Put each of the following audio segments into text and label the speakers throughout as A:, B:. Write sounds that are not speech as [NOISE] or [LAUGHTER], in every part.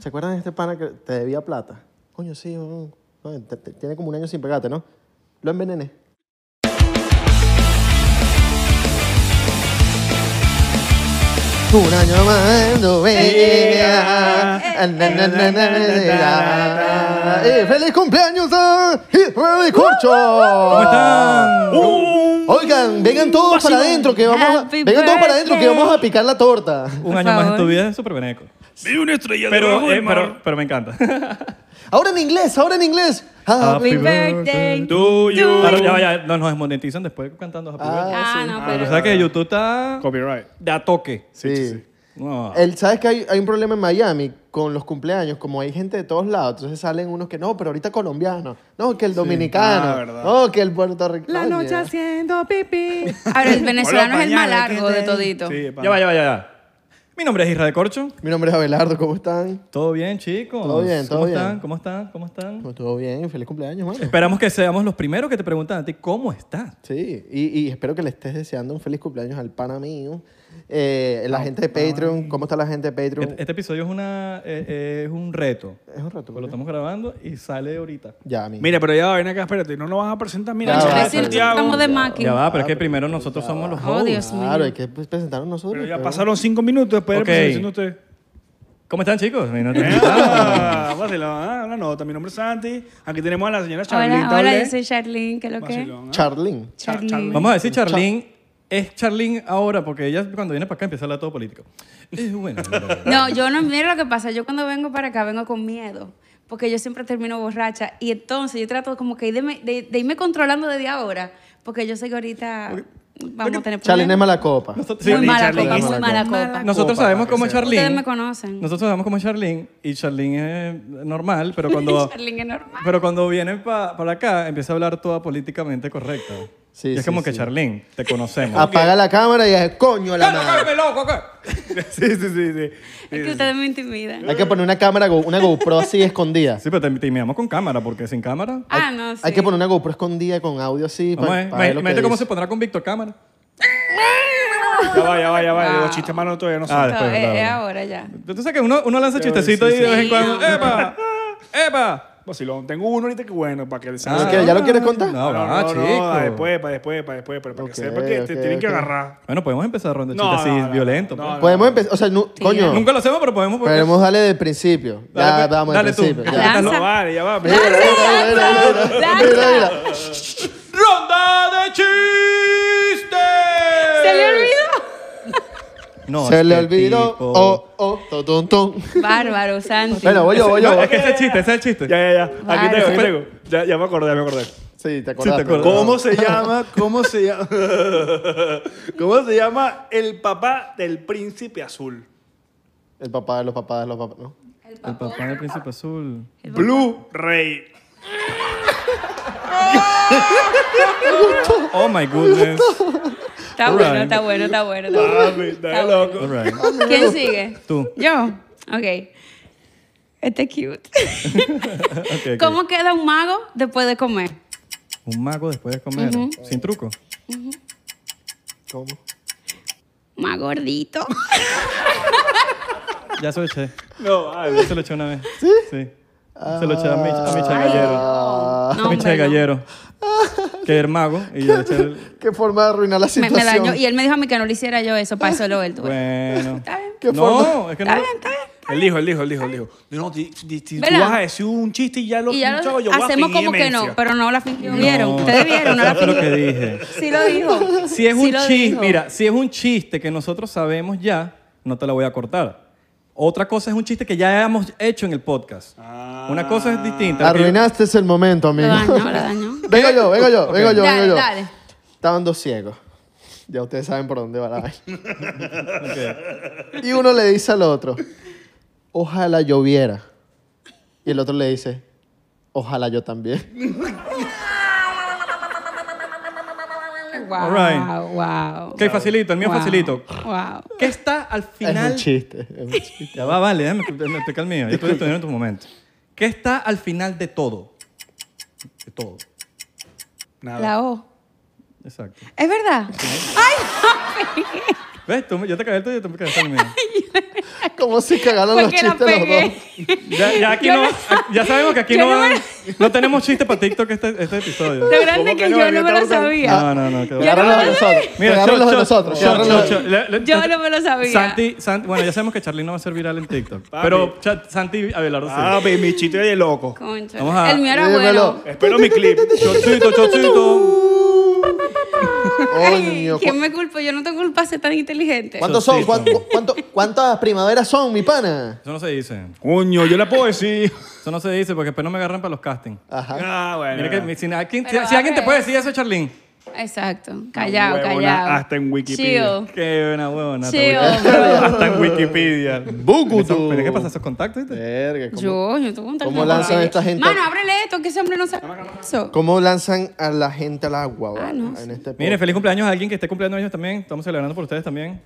A: ¿Se acuerdan de este pana que te debía plata? Coño, sí, mm, no, te- te- tiene como un año sin pegarte, ¿no? Lo envenené. Un año más, no veía. Na, na, na, na, na, na, na. Eh, ¡Feliz cumpleaños ah, a Israel Corcho! ¿Cómo
B: están?
A: Oigan, vengan todos para adentro que vamos a,
C: Happy
A: vengan todos para adentro que
C: birthday.
A: vamos a picar la torta.
B: Un año más en
C: favor.
B: tu vida es súper beneco.
D: Vi una estrella
B: Pero,
D: debajo del
B: eh,
D: mar.
B: pero, pero me encanta.
A: Ahora en inglés, ahora en inglés. Ah,
B: Happy
C: Happy birthday.
D: Do you-
B: Ahora ya, ya, no, nos desmonetizan después cantando Happy Birthday.
A: ah,
C: Ah, no,
B: Pero
C: [LAUGHS] pero.
B: sabes que YouTube está
D: Copyright.
B: de a toque.
A: sí.
B: No.
D: Ah.
A: El, ¿Sabes que hay, hay un problema en Miami con los cumpleaños? Como hay gente de todos lados, entonces salen unos que no, pero ahorita colombiano, no, que el dominicano,
D: Ah, verdad.
A: no, que el puertorriqueño. Oye.
B: haciendo pipí.
C: Ahora, el venezolano
D: Hola,
C: es el más
D: mañana,
C: largo
D: ¿qué
C: de
D: te-
C: todito.
D: Sí, pana.
B: Ya va, ya va, ya va. Mi nombre es Israel Corcho.
A: Mi nombre es Abelardo, ¿cómo están?
B: ¿Todo bien, chicos?
A: Todo bien, todo
B: ¿Cómo
A: bien.
B: Están? ¿Cómo están? ¿Cómo están?
A: Pues, Todo bien, feliz cumpleaños, mano.
B: Esperamos que seamos los primeros que te preguntan a ti cómo
A: Uh.
B: estás.
A: Sí, y, y espero que le estés deseando un feliz cumpleaños al pana mío. Eh, la gente de Patreon, ¿cómo está la gente de Patreon?
B: Este, este episodio es, una, eh, es un reto.
A: Es un rato.
B: Pues lo estamos grabando y sale ahorita.
A: Ya, amigo.
D: Mira, pero ya va, ven acá, espérate, no nos vas a presentar. Mira,
A: Ya
C: Concho,
A: va,
D: Chávez
C: es decir,
A: Santiago.
C: estamos de máquina.
B: Ya va, pero es que primero nosotros somos los
C: Oh,
B: hosts.
C: Dios mío.
A: Claro, hay que pues, presentarnos nosotros.
D: Pero ya
A: pero-
D: pasaron cinco minutos después
B: Ok.
D: de la presentación de usted.
B: ¿Cómo están, chicos?
A: [LAUGHS]
B: Mira, te invitamos.
D: Ah, vacilón, ah, una nota. Mi nombre es Santi. Aquí tenemos a la señora Charlene.
C: Hola, hola, yo
D: Tablé.
C: soy Charlene, ¿qué es lo que?
D: Vacilón, ah.
A: Charlene.
D: Cha-
C: Charlene.
D: Charlene.
B: Vamos a decir Charlene. Es Charlene ahora, porque ella cuando viene para acá empieza a hablar todo político.
A: [LAUGHS]
B: Es bueno.
C: No, yo no, mira lo que pasa, yo cuando vengo para acá vengo con miedo, porque yo siempre termino borracha y entonces yo trato como que de, me- de- de irme controlando desde ahora, porque yo sé que ahorita vamos a tener
A: Charlene es
C: problemas.
A: mala copa.
B: Nosotros-
C: Muy mala
D: Charlene
C: copa,
D: es
C: muy mala
A: mala
C: copa.
B: Nosotros
D: Copa,
B: sabemos
D: para
B: cómo
D: que
B: es
D: sepa.
B: Charlene.
C: Ustedes me conocen.
B: Nosotros sabemos cómo es Charlene y Charlene es normal,
C: [LAUGHS]
B: pero cuando,
C: Charlene es normal.
B: pero cuando viene pa- para acá empieza a hablar toda políticamente correcta.
A: Sí,
B: Y es
A: sí,
B: como que
A: sí.
B: Charlene,
A: [LAUGHS]
B: te conocemos.
A: Apaga la cámara y es coño la madre.
B: [LAUGHS]
D: sí, sí, sí, sí.
C: Es que ustedes me intimidan.
A: Hay que poner una cámara, go- una GoPro así escondida.
B: Sí, pero te, te miramos con cámara, porque sin cámara...
C: [LAUGHS] Ah, no, sí.
A: Hay que poner una GoPro escondida con audio así.
B: Vamos a
A: pa-
B: ver,
A: pa ver
B: imag-
A: lo que
B: imagínate cómo se
A: dice.
B: pondrá con Víctor Cámara.
D: Ya va, ya va, ya va.
C: Wow.
D: Los chistes malos todavía no
B: Ah,
D: son.
C: No,
B: después,
C: es-
B: claro.
C: es ahora ya.
B: Tú sabes que uno, uno lanza
D: Ya,
B: chistecitos
D: sí,
B: y de
C: sí.
B: vez en cuando...
C: Sí.
B: ¡Epa! ¡Epa!
D: Vacilón. Tengo uno ahorita que bueno, para que se
A: Ah, ¿qué? ¿Ya lo quieres contar?
B: No, no,
D: no,
B: ah,
D: pues.
B: chico.
D: para después, para después, para después, pero para
A: Ok,
D: que sepa que
A: ok,
D: te tienen que
A: ok.
D: agarrar.
B: Bueno, podemos empezar ronda de
D: No,
B: chistes
D: no,
B: así
D: no,
B: violento.
D: no,
B: pues.
D: no.
A: Podemos empezar, o sea, nu- coño,
B: Nunca lo hacemos, pero podemos... porque-
A: podemos darle del principio. Ya,
B: Dale, pues,
A: vamos,
B: dale
A: del
B: tú.
A: principio. ya.
C: Lanza.
D: No vale, ya va.
A: Mira, mira, mira, mira, mira, mira, mira.
B: ¡Ronda de chistes!
C: ¿Se le olvidó?
B: No,
A: Se le
B: este
A: olvidó.
B: tipo-
A: Oh, oh, to, ton, ton.
C: Bárbaro, Santi.
A: Bueno, voy yo, voy yo.
B: [LAUGHS] No,
A: voy
B: es que
A: yo.
B: ese es el chiste, ese es el chiste.
D: Ya, ya, ya. Aquí
C: Vale.
D: tengo, aquí tengo. Ya, ya me acordé, ya me acordé.
A: Sí, te
B: Sí, te
A: acordaste.
B: acordás.
D: ¿Cómo [LAUGHS] se llama? ¿Cómo se llama? [LAUGHS] ¿Cómo se llama el papá del príncipe azul?
A: El papá de los papás de los papás, ¿no?
C: El
B: El
C: papá.
B: papá del príncipe azul.
C: El papá.
D: Blue
C: [LAUGHS]
D: Rey.
B: Oh my goodness.
C: Está bueno, está bueno, está bueno. está bueno.
D: Papi, está
C: Está
D: Ah, loco.
B: All right.
C: ¿Quién sigue?
A: [LAUGHS]
B: Tú.
C: Yo. Ok. Este es cute.
B: Ok, ok.
C: ¿Cómo queda un mago después de comer?
B: Un mago después de comer. Sin truco.
A: ¿Cómo?
C: Más gordito.
B: Ya se lo eché.
D: No, vale.
B: Ya se lo eché una vez. ¿Sí? Sí. Se lo eché a mi, a mi che gallero.
A: Ah,
C: No,
B: a mi che
C: hombre, no.
B: gallero. Que es mago. Y yo le eché el...
A: qué forma de arruinar la
C: Me,
A: situación.
C: me dañó. Y él me dijo a mí que no lo hiciera yo eso, para eso lo él tuvo.
B: Bueno.
C: pues. [LAUGHS] Está bien.
A: ¿Qué
B: No, es que
C: Está
B: no.
C: bien, está bien.
D: El hijo, el hijo, el hijo, el hijo. No, ti- ti- ti- tú
C: ¿Verdad?
D: vas a decir un chiste y ya lo
C: Y ya
D: escuchaba, yo
C: lo
D: voy a
C: hacemos
D: fingir
C: como que no,
D: demencia.
C: pero no la fingieron. ¿Vieron?
B: No.
C: Ustedes vieron, no la
B: Eso es lo que
C: fingieron.
B: dije.
C: [LAUGHS] Sí lo dijo.
B: Si es
C: Sí
B: un
C: lo
B: chiste,
C: dijo.
B: mira, si es un chiste que nosotros sabemos ya, no te la voy a cortar. Otra cosa es un chiste que ya hemos hecho en el podcast.
A: Ah.
B: Una cosa es distinta.
A: Arruinaste el momento,
C: Lo
A: amigo.
C: dañó, lo dañó.
A: [LAUGHS] Vengo yo, vengo yo, vengo yo,
C: Dale,
A: vengo yo.
C: dale.
A: Estaban dos ciegos. Ya ustedes saben por dónde va la vaina.
B: [LAUGHS] Ok.
A: Y uno le dice al otro, ojalá lloviera. Y el otro le dice, ojalá yo también.
C: Wow,
B: All right.
C: wow.
B: Ok, facilito, el mío
C: Wow,
B: facilito.
C: Wow.
B: ¿Qué está al
A: Es
B: final?
A: un chiste. es un
C: [LAUGHS]
A: chiste.
B: Ya va, vale, déjame, déjame explicar el mío. Yo estoy estudiando en tu momento. ¿Qué está al final de todo? De todo.
D: Nada.
C: La O.
B: Exacto.
C: ¿Es verdad?
B: ¿Ves? Tú, me- yo te cagué el tuyo y tú me cagaste el mío.
A: Como si cagaron los
C: Porque la
A: chistes los dos.
C: pegué.
B: Ya, ya aquí
C: Yo
B: no,
C: no-
B: ya sabemos que aquí
C: Yo
B: no,
C: no me-
B: van- no tenemos chiste para TikTok este, este episodio.
C: Lo grande
D: ¿Cómo
C: que
D: que no?
C: yo no me lo
D: Estamos en-
C: sabía.
B: No, no, no. qué
C: Yo
B: bueno.
A: Agarran los de nosotros. Agarran
B: shot,
A: los de
B: shot,
A: nosotros.
B: shot,
A: agarran los de-
B: shot, shot. Le- le-
C: Yo no me lo sabía.
B: Santi, Santi- bueno, ya sabemos que Charly no va a ser viral en TikTok.
D: Papi.
B: Pero Cha- Santi Abelardo sí.
D: Ah, mi mi chiste de loco.
C: Concho.
B: Vamos a-
C: El mío era
A: Dímelo.
C: bueno.
D: Espero mi clip. [LAUGHS]
B: Chocito, chocito.
C: Ay,
A: Oh, Coño,
C: ¿Quién
A: cu-
C: me culpa? Yo no tengo culpa de ser tan inteligente.
A: ¿Cuántos son?
B: Sosito.
A: ¿Cuán- cu- cuánto- ¿Cuántas primaveras son, mi pana?
B: Eso no se dice.
D: Coño, yo la puedo decir.
B: Eso no se dice porque después no me agarran para los castings.
A: Ajá.
D: Ah, bueno.
B: Mira que si, alguien- si-
C: Pero
B: si alguien te
C: vale.
B: puede decir eso, Charlín.
C: Exacto. Callado,
D: huevona,
C: callado.
D: hasta en Wikipedia.
C: Chill.
B: Qué buena huevona. te
C: Chill,
B: voy a-
C: bro.
B: Hasta en Wikipedia.
A: Bucutu.
B: ¿Pero qué pasa? ¿Esos contactos? viste?
A: Verga, ¿cómo-
C: Yo, yo tengo un teléfono.
A: ¿Cómo lanzan esta gente?
C: Mano, ábrele esto, que ese hombre no sabe eso.
A: ¿Cómo lanzan a la gente al agua? vale,
C: Ah, no.
A: En este
B: Miren,
A: podcast?
B: feliz cumpleaños a alguien que esté cumpliendo años también. Estamos celebrando por ustedes también.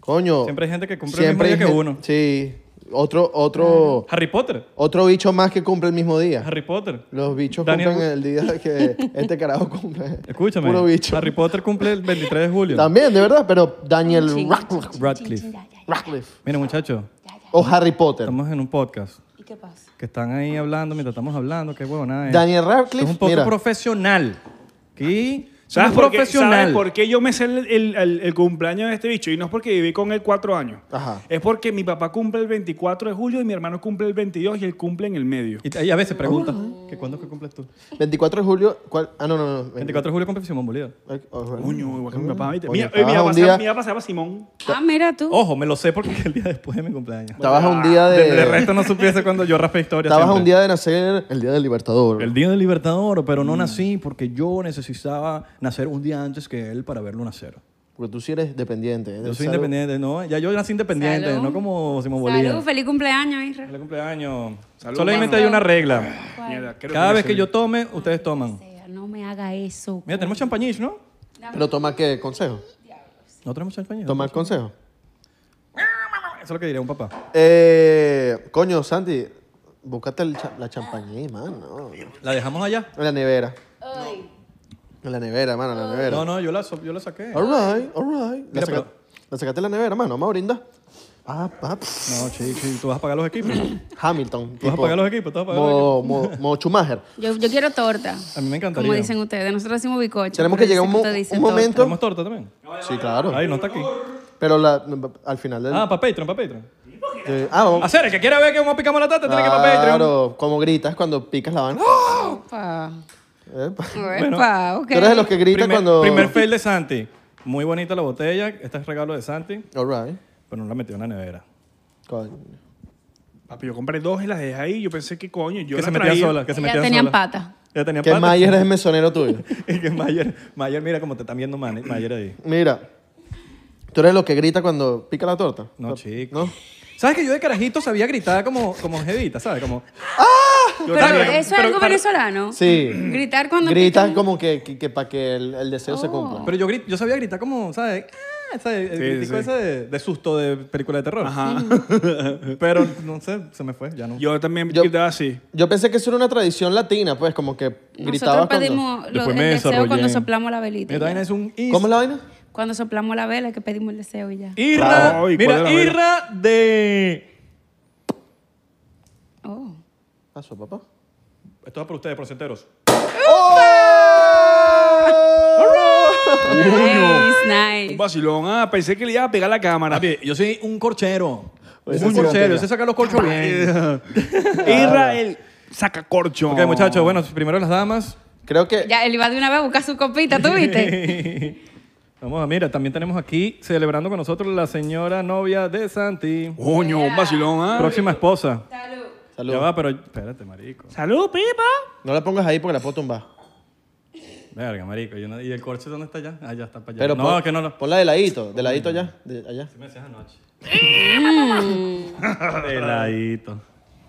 A: Coño.
B: Siempre hay gente que cumple el
A: siempre
B: mismo
A: hay
B: día que
A: gen-
B: uno.
A: Sí. Otro, otro,
B: Harry Potter.
A: otro bicho más que cumple el mismo día.
B: Harry Potter.
A: Los bichos
B: Daniel
A: cumplen el día
B: [LAUGHS]
A: que este carajo cumple.
B: Escúchame.
A: Puro bicho.
B: Harry Potter cumple el 23 de julio.
A: También, de verdad, pero Daniel
C: Sí.
A: Radcliffe.
B: Radcliffe.
A: Radcliffe.
B: Miren, muchachos,
A: O Harry Potter.
B: estamos en un podcast
C: ¿Y qué pasa?
B: que están ahí hablando mientras estamos hablando. Qué huevonada. es.
A: Daniel
B: Esto
A: Radcliffe,
B: Es un poco
A: mira.
B: profesional. ¿Qué?
D: ¿Sabes
B: Somos
D: por, qué,
B: profesional.
D: ¿Sabes por qué yo me sé el, el- el- el cumpleaños de este bicho? Y no es porque viví con él cuatro años.
A: Ajá.
D: Es porque mi papá cumple el 24 de julio y mi hermano cumple el 22 y él cumple en el medio.
B: Y, y a veces
A: Oh.
B: preguntan, ¿que ¿cuándo es que cumples tú?
A: 24 de julio, ¿cuál? Ah, no, no, no.
B: 24 de julio cumple Simón Bolívar.
D: Coño, igual que mi papá. ¿viste?
A: Coño,
D: Mira, oye, mi
A: trabaja
D: papá
A: un
D: se-
A: día-
D: mi papá se llama Simón.
C: Ah, mira tú.
B: Ojo, me lo sé porque es el día después de mi cumpleaños.
A: Estabas a un día de...
B: El Ah, resto no supiese cuando yo raspé historia.
A: Estabas a
B: siempre.
A: un día de nacer el día del libertador.
B: El día del Libertador, pero no nací porque yo necesitaba nacer un día antes que él para verlo nacer.
A: Porque tú sí eres dependiente.
B: Yo soy independiente, no, ya yo nací independiente,
C: Salud.
B: no como Simón
C: Salud,
B: Bolívar.
C: feliz cumpleaños, Isra.
B: Feliz cumpleaños.
D: Salud,
B: Solamente
C: mano.
B: hay una regla.
C: ¿Cuál?
D: Mierda, creo
B: Cada
D: me
B: vez
D: sé
B: que
D: el-
B: yo tome, ustedes toman.
C: O sea, No me haga eso.
B: Mira, tenemos champañís, ¿no?
A: Pero toma qué consejo.
B: No tenemos champañís.
A: Toma el consejo.
B: Eso es lo que diría un papá.
A: Eh, coño, Santi, búscate el cha- la champañé, mano. En
B: ¿La dejamos allá?
A: la nevera.
C: Ay.
A: En la nevera, mano, en la nevera.
B: No, no, yo la, so- yo la saqué.
A: All right, all right. La, saca-
B: Mira, pero-
A: la sacaste de la nevera, mano. Vamos a brindar. Ah, ah, pff.
B: No, chico, tú vas a pagar los equipos. Tú
A: Hamilton.
B: vas a
A: tipo,
B: pagar los equipos, tú vas a pagar los equipos.
A: Modo, modo- modo
B: [LAUGHS]
A: Schumacher.
C: Yo, yo quiero torta.
B: A mí me encantaría.
C: Como dicen ustedes, nosotros decimos bicocho.
A: Tenemos
C: pero
A: que llegar a un
C: yo sé
A: mo-
C: ustedes dicen
A: un
C: torta.
A: momento-
B: ¿Tenemos torta también?
A: Sí, claro.
B: Ay, no está aquí.
A: Pero la- al final del.
B: Ah, para Patreon, para Patreon.
A: de- ah, vamos.
B: Hacer, el que quiera ver que uno picamos la tarta, tiene que ir para Patreon.
A: Claro, como gritas cuando picas la
C: [GASPS]
A: banca.
C: Opa.
A: Epa.
C: Opa, ok.
A: Tú eres de los que gritan
B: Primer,
A: cuando.
B: primer fail de Santi. Muy bonita la botella. Este es regalo de Santi,
A: All right.
B: pero no la metió en la nevera.
A: Coño.
D: Papi, yo compré dos y las dejé ahí. Yo pensé que coño, yo
B: que
D: las
B: se metía
D: traía.
B: sola, que se
C: Ya
B: metía
C: tenían
B: sola.
C: patas.
B: Ya tenían
A: Que
B: patas. [LAUGHS]
A: Mayer es el mesonero tuyo.
B: y que Mayer, Mayer, mira cómo te están viendo Man- Mayer ahí.
A: Mira, tú eres lo que grita cuando pica la torta.
B: No,
A: La-
B: chico.
A: ¿No?
B: ¿Sabes que yo de carajito sabía gritar como, como jevita, ¿sabes? Como,
D: Yo
C: Pero
D: también.
C: eso es algo venezolano.
A: Sí.
C: Gritar cuando
A: Grita
C: pican.
A: como que, que, para que el, el deseo se
C: Oh.
A: cumpla.
B: pero yo, grit- yo sabía gritar como, ¿sabes? Ah, ¿sabes? El
D: Sí,
B: gritico
D: sí.
B: ese de, de susto de película de terror.
D: Ajá.
B: [LAUGHS] Pero, no sé, se me fue, ya no.
D: Yo también
A: Yo-
D: gritaba así.
A: Yo pensé que eso era una tradición latina, pues, como que gritabas
C: Nosotros
A: cuando...
C: pedimos lo-
B: Después
C: el
B: me
C: deseo cuando
B: desarrollé.
C: soplamos la velita.
B: Mira, también es un is-
A: ¿Cómo es la vaina?
C: Cuando soplamos la vela es que pedimos el deseo y ya.
B: Irra,
D: Ay, ¿cuál era
B: mira,
D: la vaina?
B: Irra de...
C: Oh.
A: Pasó, papá.
B: Esto es por ustedes, por centeros.
C: Nice, nice.
D: Un vacilón. Ah, pensé que le iba a pegar la cámara. [LAUGHS]
B: Papi, yo soy un corchero.
A: Pues
B: un
A: ese sí lo
B: corchero,
A: pega.
B: yo sé sacar los corchos bien.
D: Israel saca corcho.
B: Ok, muchachos, bueno, primero las damas.
A: Creo que...
C: Ya, él iba de una vez a buscar su copita, ¿tú
B: [LAUGHS]
C: viste?
B: Vamos a, mira, también tenemos aquí celebrando con nosotros la señora novia de Santi.
D: Coño, un vacilón, ah.
B: Próxima esposa.
C: Salud.
A: Salud.
B: Ya va, pero espérate, marico.
D: Salud, Pipa.
A: No la pongas ahí porque la puedo tumbar.
B: Verga, marico. yo no- ¿Y el corcho dónde está ya? Ah, ya está para allá.
A: Pero
B: no,
A: pon-
B: que no lo...
A: ponla de ladito, de ladito allá, de allá.
B: Me decías anoche. Peladito.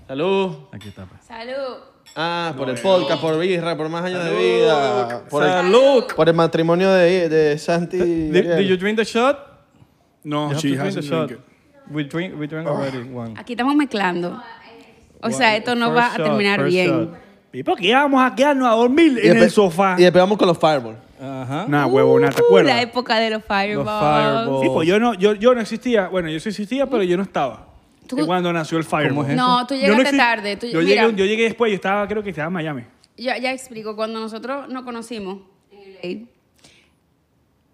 A: Salud.
B: Aquí está. pues.
C: Salud.
A: Ah, por el podcast, por birra, por más años de vida. Por el,
B: Salud.
A: por el matrimonio de, de Santi. y
B: Did, did
A: Ariel.
B: you drink the shot?
D: No,
B: You have to
D: she
B: drink the
D: hasn't
B: shot.
D: drink it.
B: We drink, we drank already one.
C: Aquí estamos mezclando. O sea, esto no
B: First
C: va a
B: shot,
C: terminar
B: first
C: bien.
B: shot.
D: Pipa, que ya vamos a quedarnos a dormir
A: Y
D: en el
A: después-
D: sofá. ¿Ah?
A: Y después vamos con los fireballs.
B: Ajá.
D: Una em- huevona, ¿te acuerdas?
C: Uh, La época de los fireballs.
B: fireballs.
D: Sí, pues yo no, yo, yo no existía. Bueno, yo sí existía, pero yo no estaba.
C: Tú-
D: Que Cuando nació el Fireball.
B: ¿Cómo es
C: No, tú
D: Yo
C: llegaste
D: exist-
C: tarde. Tú-
D: yo,
C: mira,
D: llegué, yo llegué después, yo estaba, creo que estaba en Miami.
C: Ya, ya explico, cuando nosotros nos conocimos en LA,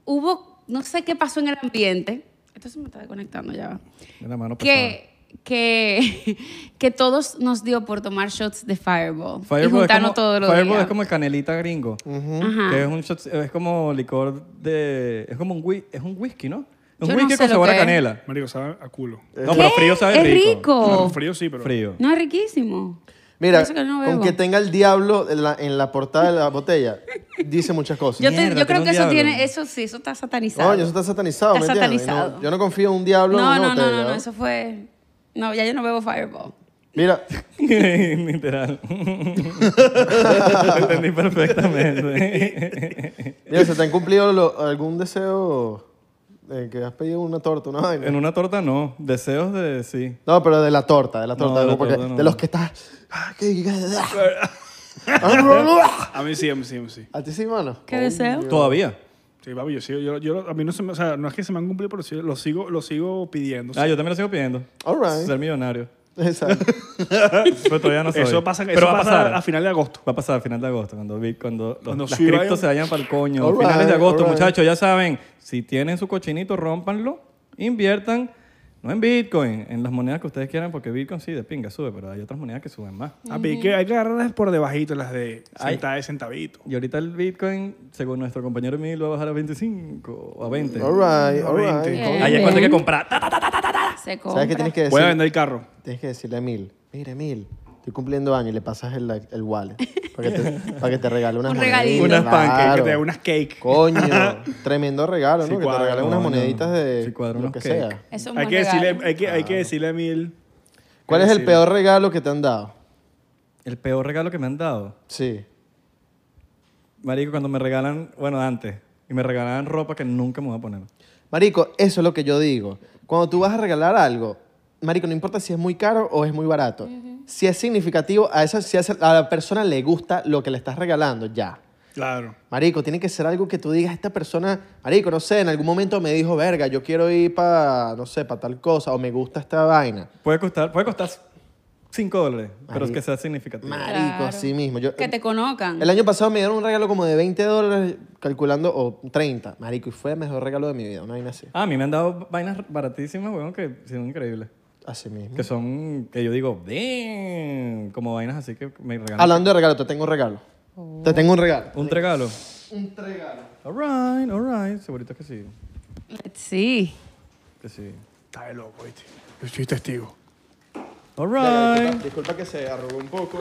C: hubo, no sé qué pasó en el ambiente, esto se me está desconectando ya, va.
B: De la mano
C: que, que, [LAUGHS] que todos nos dio por tomar shots de Fireball,
B: pasada. Fireball
C: y
B: es
C: juntarnos
B: como-
C: todos los
B: Fireball
C: días.
B: es como el canelita gringo.
C: Ajá.
B: Que es un shot- es como licor de. Es como un, whi- es un whisky, ¿no? Es
C: Yo
B: un
C: no
B: whisky
C: sé
B: con
C: lo
B: sabor
C: que
B: a
C: es.
B: canela.
D: Marico, sabe a culo.
B: No, pero
C: ¿Qué?
B: frío sabe
C: es
B: rico.
D: Claro,
B: [LAUGHS]
C: rico.
D: frío sí, pero...
B: Frío.
C: No, es riquísimo.
A: Mira,
C: Eso que no
A: con
C: bebo.
A: que tenga el diablo en la, en la portada de la botella, dice muchas cosas.
C: Yo, te-
B: Mierda,
C: yo
B: tiene
C: creo
B: un
C: que eso
B: diablo.
C: tiene, eso sí, eso está satanizado.
A: Coño, eso está satanizado,
C: Está
A: ¿me entiendes?
C: satanizado.
A: No, yo no confío en un diablo
C: no,
A: en una
C: no, no,
A: botella.
C: no, no,
A: ¿no?
C: eso fue, no, ya yo no bebo Fireball.
A: Mira,
B: [LAUGHS] Literal. Lo entendí perfectamente.
A: mira, ¿se te han cumplido lo- algún deseo eh, que has pedido una torta, una vaina?
B: en una torta no. Deseos de sí.
A: No, pero de la torta, de la torta.
B: de la
A: algo porque-
B: torta no.
A: De los que estás... ah,
B: [LAUGHS]
A: ¿A
D: A mí sí, a mí sí, a mí sí.
A: ti sí, mano?
C: ¿Qué deseo?
B: Todavía.
D: Sí, papi, yo, sigo- yo, yo- a mí no se me, o sea, no es que se me han cumplido, pero sí, lo sigo, lo sigo pidiendo.
B: Ah, yo también lo sigo pidiendo.
A: All right.
B: [LAUGHS] Ser millonario.
A: Exacto.
B: Pero todavía no soy.
D: eso pasa,
B: Pero
D: eso
B: va a
D: pasa
B: pasar.
D: a final de agosto.
B: Va a pasar a final de agosto, cuando, vi- cuando, los-
D: Cuando
B: las
D: sí
B: criptos
D: vayan.
B: se vayan para el coño.
A: All
B: Finales de
A: right,
B: agosto,
A: all right.
B: muchachos, ya saben. Si tienen su cochinito, rompanlo, inviertan. No en Bitcoin, en las monedas que ustedes quieran, porque Bitcoin sí, de pinga sube, pero hay otras monedas que suben más.
D: Papi, que hay que agarrarlas por debajito, las de
B: Ay.
D: centavos de centavito.
B: Y ahorita el Bitcoin, según nuestro compañero Emil, va a bajar a 25 o a 20.
A: All right, all right.
D: Veinte.
A: Coño.
B: Ahí es cuando hay que comprar. Ta, ta, ta.
C: Ah, Se compra.
A: ¿Sabes qué tienes que
D: Voy a
A: decir?
D: vender el carro.
A: Tienes que decirle a Emil, mira Emil, estoy cumpliendo años y le pasas el, el wallet para que
C: [LAUGHS]
A: te, para que te regale unas
C: Un regalito.
A: moneditas,
B: Unas pancakes,
A: claro.
D: Que te dé unas
B: [LAUGHS]
D: cake.
A: Coño, tremendo regalo, ¿no?
D: Sí,
A: que
D: cuadro,
A: te regalen unas
B: coño.
A: moneditas de
B: Sí, cuadro,
A: lo
B: unos
A: que
B: cake.
A: sea.
C: Eso es un
D: Hay que,
C: buen
D: decirle,
C: regalo.
D: hay, que, hay que decirle a Mil.
A: ¿Cuál es el peor regalo que te han dado?
B: El peor regalo que me han dado.
A: Sí.
B: Marico, cuando me regalan, bueno, antes, y me regalaban ropa que nunca me voy a poner.
A: Marico, eso es lo que yo digo. Cuando tú vas a regalar algo, Marico, no importa si es muy caro o es muy barato. Si es significativo, a, esa, si a esa- a la persona le gusta lo que le estás regalando, ya.
D: Claro.
A: Marico, tiene que ser algo que tú digas, esta persona, Marico, no sé, en algún momento me dijo, verga, yo quiero ir para, no sé, para tal cosa, o me gusta esta vaina.
B: Puede costar, puede costar 5 dólares, pero es
A: Marico.
B: que sea significativo.
A: Marico,
C: Claro.
A: así mismo. Yo,
C: Que te conozcan.
A: el año pasado me dieron un regalo como de 20 dólares, calculando, o 30, Marico, y fue el mejor regalo de mi vida, una vaina así.
B: Ah, a mí me han dado vainas baratísimas, weón, que son increíbles.
A: Así mismo.
B: Que son, que yo digo, damn, como vainas así que me regalan.
A: Hablando de regalo, te tengo un regalo.
C: Oh.
A: Te tengo un regalo.
B: Un regalo. Un regalo. All right, all right. Segurito que sí,
C: Sí.
B: que sí.
D: Está de loco, ¿viste? Yo soy testigo.
B: All right.
A: Disculpa que se arrugó un poco.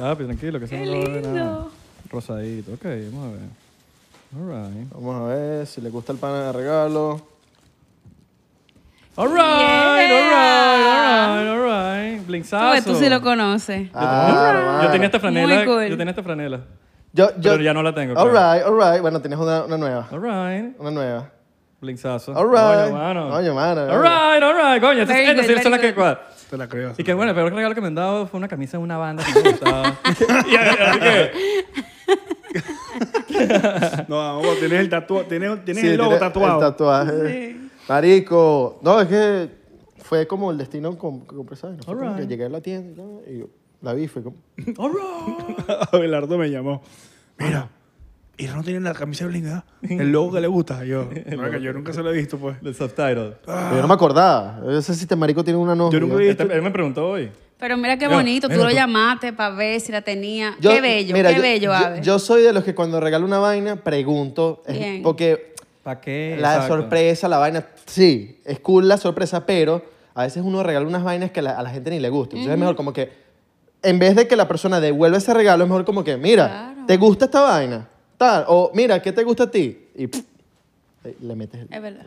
B: Ah, pero tranquilo, que eso
C: Qué
B: no lo va a ver
C: lindo.
B: nada. Rosadito, ok, vamos a ver. All right.
A: Vamos a ver si le gusta el pana de regalo.
B: All right, all right, all right, all right.
C: Tú,
B: Blinzazo.
C: tú sí lo conoces.
A: Ah. Claro,
B: Yo tenía esta franela,
C: Muy cool.
B: yo tenía esta franela.
A: Yo, yo,
B: Pero ya no la tengo,
A: All
B: claro.
A: right, all right. Bueno, tienes una, una nueva.
B: All right.
A: Una nueva.
B: Blinzazo.
A: All right.
B: Coño, mano.
A: Coño, mano.
B: All right, all right. Coño, estas
C: Very
B: estas
C: good,
B: sí son
C: very
B: las que
C: good.
B: cuadran.
D: Te la creo.
B: Y que bueno, el peor regalo que me han dado fue una camisa de una banda que
A: [LAUGHS]
B: me gustaba. y así que,
D: No, vamos, tienes el tatuaje. Tienes, tienes
A: Sí,
D: el logo
A: tiene
D: tatuado.
A: El tatuaje. Marico. No, es que fue como el destino con que compré esa vaina. Fue
B: All
A: como que
B: right.
A: llegué a la tienda y todo, y yo la vi fue como...
B: all right.
D: [LAUGHS] Abelardo me llamó. Mira, y no tiene la camisa blindada. El logo que le gusta. Y Yo, "Verga, yo nunca se lo he
B: [LAUGHS]
D: visto, pues.
B: El subtitle.
A: Yo no me acordaba. Yo sé si te marico tiene una novia.
D: Yo nunca vi
B: Él,
D: esto.
B: Este, él me preguntó hoy.
C: Pero mira qué
B: Mira,
C: bonito, tú
B: mira
C: lo
B: tú.
C: llamaste para ver si la tenía.
A: Yo-
C: qué bello,
A: mira,
C: qué
A: yo-
C: bello,
A: yo,
C: Ave.
A: yo soy de los que cuando regalo una vaina pregunto. es-
C: Bien.
A: porque
B: ¿Para qué?
A: la
B: Exacto.
A: sorpresa, la vaina, sí, es cool la sorpresa, pero a veces uno regala unas vainas que la- a la gente ni le gusta. Entonces es mejor como que, en vez de que la persona devuelva ese regalo, es mejor como que, mira,
C: Claro.
A: ¿te gusta esta vaina? Tal, o mira, ¿qué te gusta a ti? Y pff, ahí le metes el... [LAUGHS]
C: [LAUGHS] es verdad.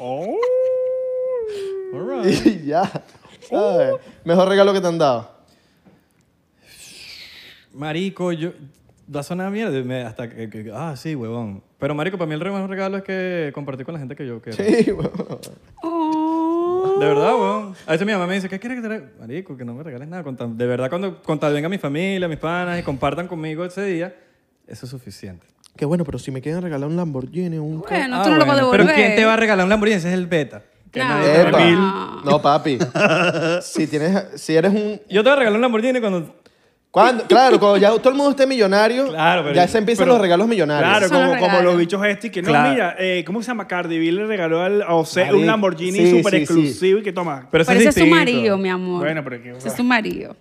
D: Oh.
B: All right.
A: Y ya. ¿sabes? Mejor regalo que te han dado.
B: Marico, yo. Va a sonar mierda. me- hasta que, que- Ah, sí, huevón. Pero, Marico, para mí el re- mejor regalo es que compartir con la gente que yo quiero.
A: [LAUGHS] Sí, bueno.
B: De verdad, huevón. A veces mi mamá me dice, ¿qué quieres que te regale? Marico, que no me regales nada. Con tal- de verdad, cuando, con tal venga mi familia, mis panas y compartan conmigo ese día, eso es suficiente.
A: Qué bueno, pero si me quieren regalar un Lamborghini, un...
C: Bueno,
B: Ah,
C: tú no
B: bueno,
C: lo puedes devolver.
B: Pero ¿quién te va a regalar un Lamborghini? Ese es el beta. Que
C: Claro.
B: nadie te
A: Epa.
B: regala.
C: Ah.
A: No, papi. [LAUGHS] Si, tienes, si eres un...
B: Yo te voy a regalar un Lamborghini cuando...
A: cuando- Claro, cuando ya todo el mundo esté millonario,
B: Claro, pero-
A: ya se empiezan
B: pero-
A: los regalos millonarios.
D: Claro,
C: Son los
D: como, como
C: regalos.
D: los bichos estos que no,
B: Claro.
D: mira, eh, ¿cómo se llama? Cardi B le regaló al, a José
A: Marico,
D: un Lamborghini
A: sí, sí,
D: super
A: sí.
D: exclusivo y que toma.
B: Pero ese
C: Pero ese es tu
B: distinto.
C: marido, mi amor.
D: Bueno, pero qué-
C: Ese es tu marido.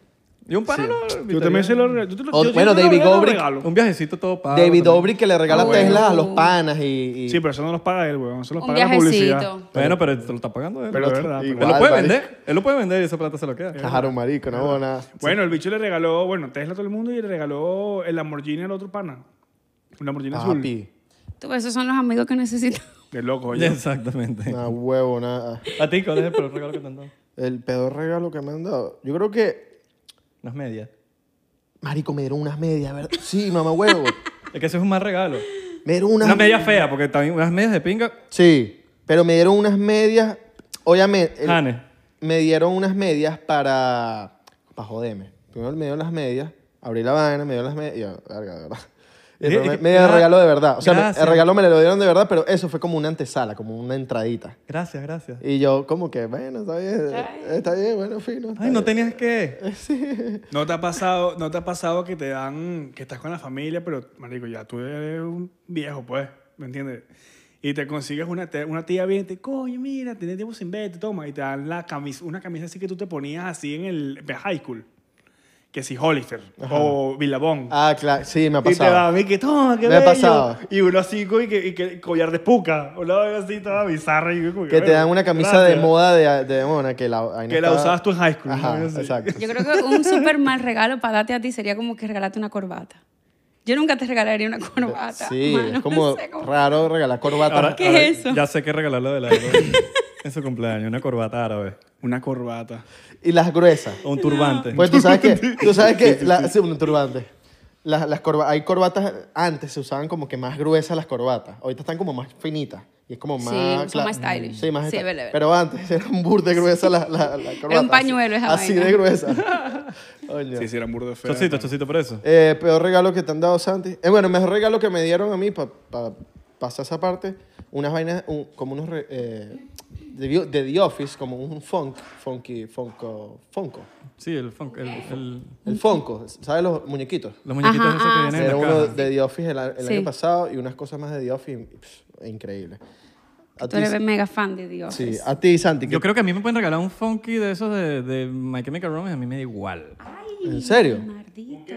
B: Y un pana no-
D: yo también se lo regalo. Yo te lo-
A: O-
D: yo- yo
A: bueno,
D: te lo
A: David
D: regalo,
A: Dobrik.
D: regalo.
B: Un viajecito todo pago.
A: David
B: también.
A: Dobrik que le regala
C: Ah, bueno.
A: Tesla a los panas y... y-
D: Sí, pero eso no los paga él, weón.
B: Pues
D: Eso los
C: Un
D: paga la publicidad.
C: viajecito.
B: Bueno, pero te lo está pagando él.
D: Pero es verdad.
A: Igual,
B: él lo puede
A: marico.
B: vender. Él lo puede vender y esa plata se lo queda.
A: Claro, un marico, no nada.
D: Bueno, el bicho le regaló, bueno, Tesla a todo el mundo y le regaló el Lamborghini al otro pana. Un Lamborghini azul.
A: Papi.
C: Tú, ves, esos son los amigos que necesito.
D: Qué
A: [LAUGHS]
D: loco,
B: Ya,
D: oye.
B: Exactamente.
A: Una huevo, nada.
B: Ah. A ti, ¿cuál es el peor regalo que te han dado?
A: El peor regalo que me han dado. Yo creo que...
B: Unas medias.
A: Marico, me dieron unas medias, ¿verdad? Sí, mamá huevo.
B: Es que eso es un mal regalo.
A: Me dieron unas
B: Una media fea, porque también unas medias de pinga.
A: Sí, pero me dieron unas medias, obviamente, el-
B: Jane.
A: me dieron unas medias para, para joderme. Primero me dieron las medias, abrí la vaina, me dieron las medias, y yo, verga,
D: [LAUGHS]
A: de verdad. Y
B: Eh,
A: después
B: eh,
A: me, me dieron el
B: gra-
A: regalo de verdad. O sea, me-
B: gracias.
A: el regalo me lo dieron de verdad, pero eso fue como una antesala, como una entradita.
B: Gracias, gracias.
A: Y yo, como que, bueno, está bien, está bien, bueno, fino. está
B: Ay,
A: bien.
B: no tenías que.
D: ¿No te ha pasado, no te ha pasado que te dan, que estás con la familia, pero, marico, ya tú eres un viejo, pues, ¿me entiendes? Y te consigues una, te- una tía bien, te, coño, mira, tenés tiempo sin verte, toma, y te dan la camisa, una camisa así que tú te ponías así en el de high school, que si Hollister o Billabong.
A: Ah, claro, sí, me ha
D: Y te
A: pasado.
D: dan, y que toma, que
A: Me ha
D: bello.
A: pasado.
D: Y uno así, co- y que, y que collar de puca. Una vaina así toda bizarra. Y yo como
A: Que te
D: bueno,
A: dan una camisa de
D: gracias.
A: moda de, de mona que la, vaina
D: Que la
A: estaba-
D: usabas tú en high school,
A: Ajá,
D: ¿no? Sí.
A: exacto.
C: Yo creo que un súper mal regalo para darte a ti sería como que regalarte una corbata. Yo nunca te regalaría una corbata.
A: Sí,
C: mano,
A: es como
C: no sé cómo-
A: raro regalar corbata.
C: ¿Qué es eso?
B: Ya sé qué regalarlo de la
A: [LAUGHS]
B: en su cumpleaños. Una corbata árabe.
D: Una corbata.
A: Y las gruesas.
B: O un turbante.
A: Pues tú sabes que, [LAUGHS] tú sabes que la- sí, un turbante. Las, las corba- hay corbatas, antes se usaban como que más gruesas las corbatas. Ahorita están como más finitas. Y es como
C: Sí,
A: más...
C: son más stylish.
A: Sí, más
C: Sí,
A: esta-
C: vele, vele.
A: Pero antes eran burde gruesas las la, la corbatas.
C: un pañuelo
A: así,
C: esa
A: Así
C: vaina.
A: de gruesas.
C: [LAUGHS]
A: Coño.
D: Sí, sí, era burda de feo.
B: Chocito, chocito por eso.
A: Eh, peor regalo que te han dado, Santi. Eh, bueno, el mejor regalo que me dieron a mí para pasar esa parte, unas vainas, un- como unos re- eh, de, The- de The Office, como un funk, funky, funko, funko.
B: Sí, el funk. El, el-
A: El funko, ¿sabes los muñequitos?
B: los muñequitos
C: Ajá, ah,
B: esos que
C: ajá,
B: vienen
A: Era
B: en la
A: uno
B: caja.
A: de The Office el, a- el
C: Sí.
A: año pasado y unas cosas más de The Office, pff, increíble. A
C: Tú
A: ti-
C: eres mega fan de Dios.
A: sí, ah. a ti, Santi. ¿qué-
B: Yo creo que a mí me pueden regalar un funky de esos de, de My Chemical Romance. A mí me da igual.
A: ¿En serio?
C: Maldito.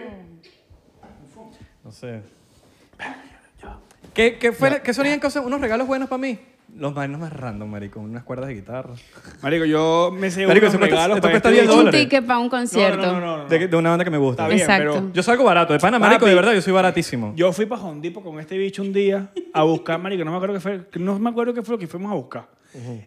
B: No sé. ¿Qué, qué, fue, ¿qué serían cosas, unos regalos buenos para mí? Los vainos más random, marico. Unas cuerdas de guitarra.
D: Marico, yo me sé
B: Marico,
D: unos
B: eso cuesta-
D: regalos
B: esto
D: para
B: cuesta
D: este
B: 10
D: bicho.
C: Un
B: dólares.
C: ticket para un concierto.
D: No, no, no, no, no.
B: De, de una banda que me gusta.
D: Está bien,
C: Exacto.
D: pero
B: Yo salgo barato. De pana, marico,
D: Papi.
B: de verdad, yo soy baratísimo.
D: yo fui para Hondipo con este bicho un día a buscar, marico, no me acuerdo qué fue, no me acuerdo qué fue lo que fuimos a buscar.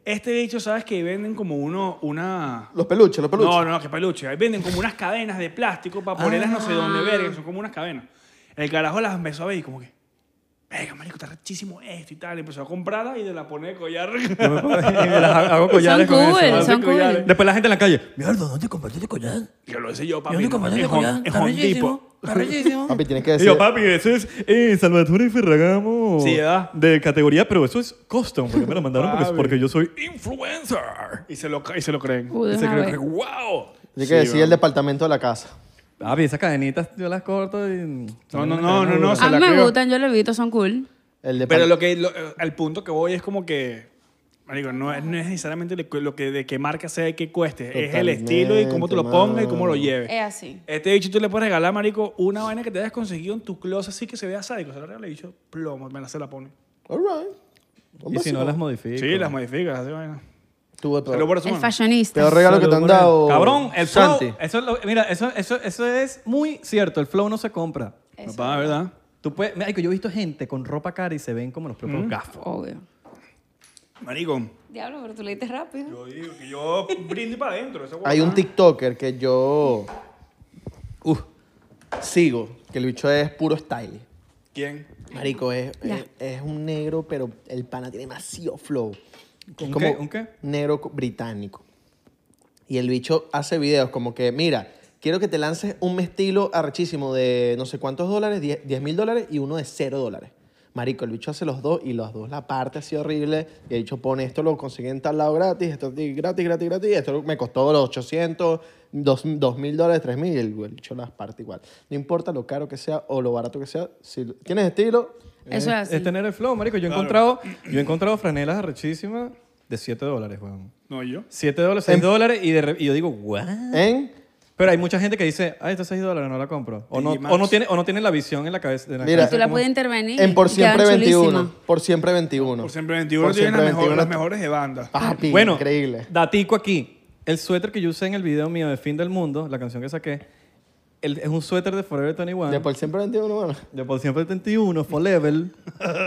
D: Este bicho, ¿sabes que venden como uno, una...
A: Los peluches, los peluches.
D: No, no, que peluche. Ahí venden como unas cadenas de plástico para ponerlas no sé
B: Ah.
D: dónde, verga, son como unas cadenas. El carajo las empezó a ver y como que, venga, marico, está rechísimo esto y tal. Empezó a comprarlas y de la pone de collar.
B: Yo me pongo- [LAUGHS] y me las hago- hago
C: Son
B: collares con eso.
C: cool,
B: ¿vale?
C: son
D: collares.
C: cool.
B: Después la gente en la calle.
E: Mierda, ¿dónde compartiste collar?
D: [LAUGHS] Yo lo hice yo, papi.
E: Yo no
D: no,
E: compartí
D: en
E: collar.
D: Hon- en
E: Está
D: Hondipo.
E: bellísimo. Está bellísimo.
A: Papi, tienes que
B: Y
A: decir.
B: yo, papi, eso es eh, Salvatore Ferragamo.
D: Sí, ¿verdad?
B: De categoría, pero eso es custom. Porque me lo mandaron porque,
D: Papi.
B: porque yo soy influencer.
D: Y se lo, y se lo creen.
C: Uh, de
B: Ese
C: una
B: creo
C: vez.
B: que, wow.
A: Tienes que decir el departamento de la casa.
B: Papi, esas cadenitas yo las corto y...
D: No, no, no, no, no. se
C: A mí
D: la
C: me
D: creo.
C: gustan, yo lo evito, son cool.
A: El depar-
D: Pero lo que, lo- al punto que voy es como que, marico, no es, no es necesariamente lo que- lo que, de qué marca sea y qué cueste. Es el
A: Totalmente,
D: estilo y cómo tú lo pongas y cómo lo
A: mano.
D: lleves.
C: Es así.
D: Este bicho tú le puedes regalar, marico, una vaina que te hayas conseguido en tu closet así que se vea sádico. Se la regala el bicho, plomo, me la se la pone.
A: All right.
B: Y si no las modifico.
D: Sí, las modificas, así vaina.
A: Tuvo todo.
D: Salud por eso,
C: El
D: mano.
A: Peor
C: fashionista.
A: regalo que te han dado.
B: Cabrón, el flow.
A: Santi.
B: Eso, es lo- mira, eso, eso, eso es muy cierto. El flow no se compra.
D: No paga, ¿verdad?
B: Tú puedes, marico, yo he visto gente con ropa cara y se ven como los propios gafos.
C: Obvio.
D: Marico.
C: Diablo, pero tú leíste rápido.
D: Yo digo que yo brindo para adentro.
A: Hay un TikToker que yo uh,
B: Uf.
A: sigo, que el bicho es puro style.
D: ¿Quién?
A: Marico, es,
C: Ya.
A: es, es un negro, pero el pana tiene demasiado flow. Es
B: ¿Un
A: como
B: qué? ¿Un qué?
A: Negro co- británico. Y el bicho hace videos como que, mira, quiero que te lances un estilo arrechísimo de no sé cuántos dólares, 10 10 mil dólares y uno de 0 dólares. Marico, el bicho hace los dos y los dos la parte así horrible. Y el bicho pone esto, lo conseguí en tal lado gratis, esto ti- gratis, gratis, gratis. Esto lo- me costó los 800, 2 mil dólares, 3 mil. Y el el bicho las parte igual. No importa lo caro que sea o lo barato que sea, si tienes estilo,
C: Eso es así.
A: este
B: Es tener el flow, marico. Yo he encontrado, yo he encontrado franelas arrechísimas de 7 dólares, weón.
D: No, yo.
B: 7 dólares, 6 dólares y, de re- y yo digo, what?
A: en.
B: Pero hay mucha gente que dice, ah, estos 6 dólares no la compro. O no,
D: Digimans.
B: o no tiene, o no tiene la visión en la cabeza. en la
A: Mira,
B: cabeza
C: Tú la
B: como-
C: puedes intervenir.
A: En por
C: y quedan
A: siempre 21.
C: chulísimas.
A: Por siempre 21.
D: Por siempre 21 tienen las, mejor- las mejores de banda.
A: Papi,
B: Bueno,
A: increíble.
B: datico aquí. El suéter que yo usé en el video mío de Fin del Mundo, la canción que saqué, el- es un suéter de Forever 21.
A: De por siempre 21, bueno.
B: De por siempre 31, Forever.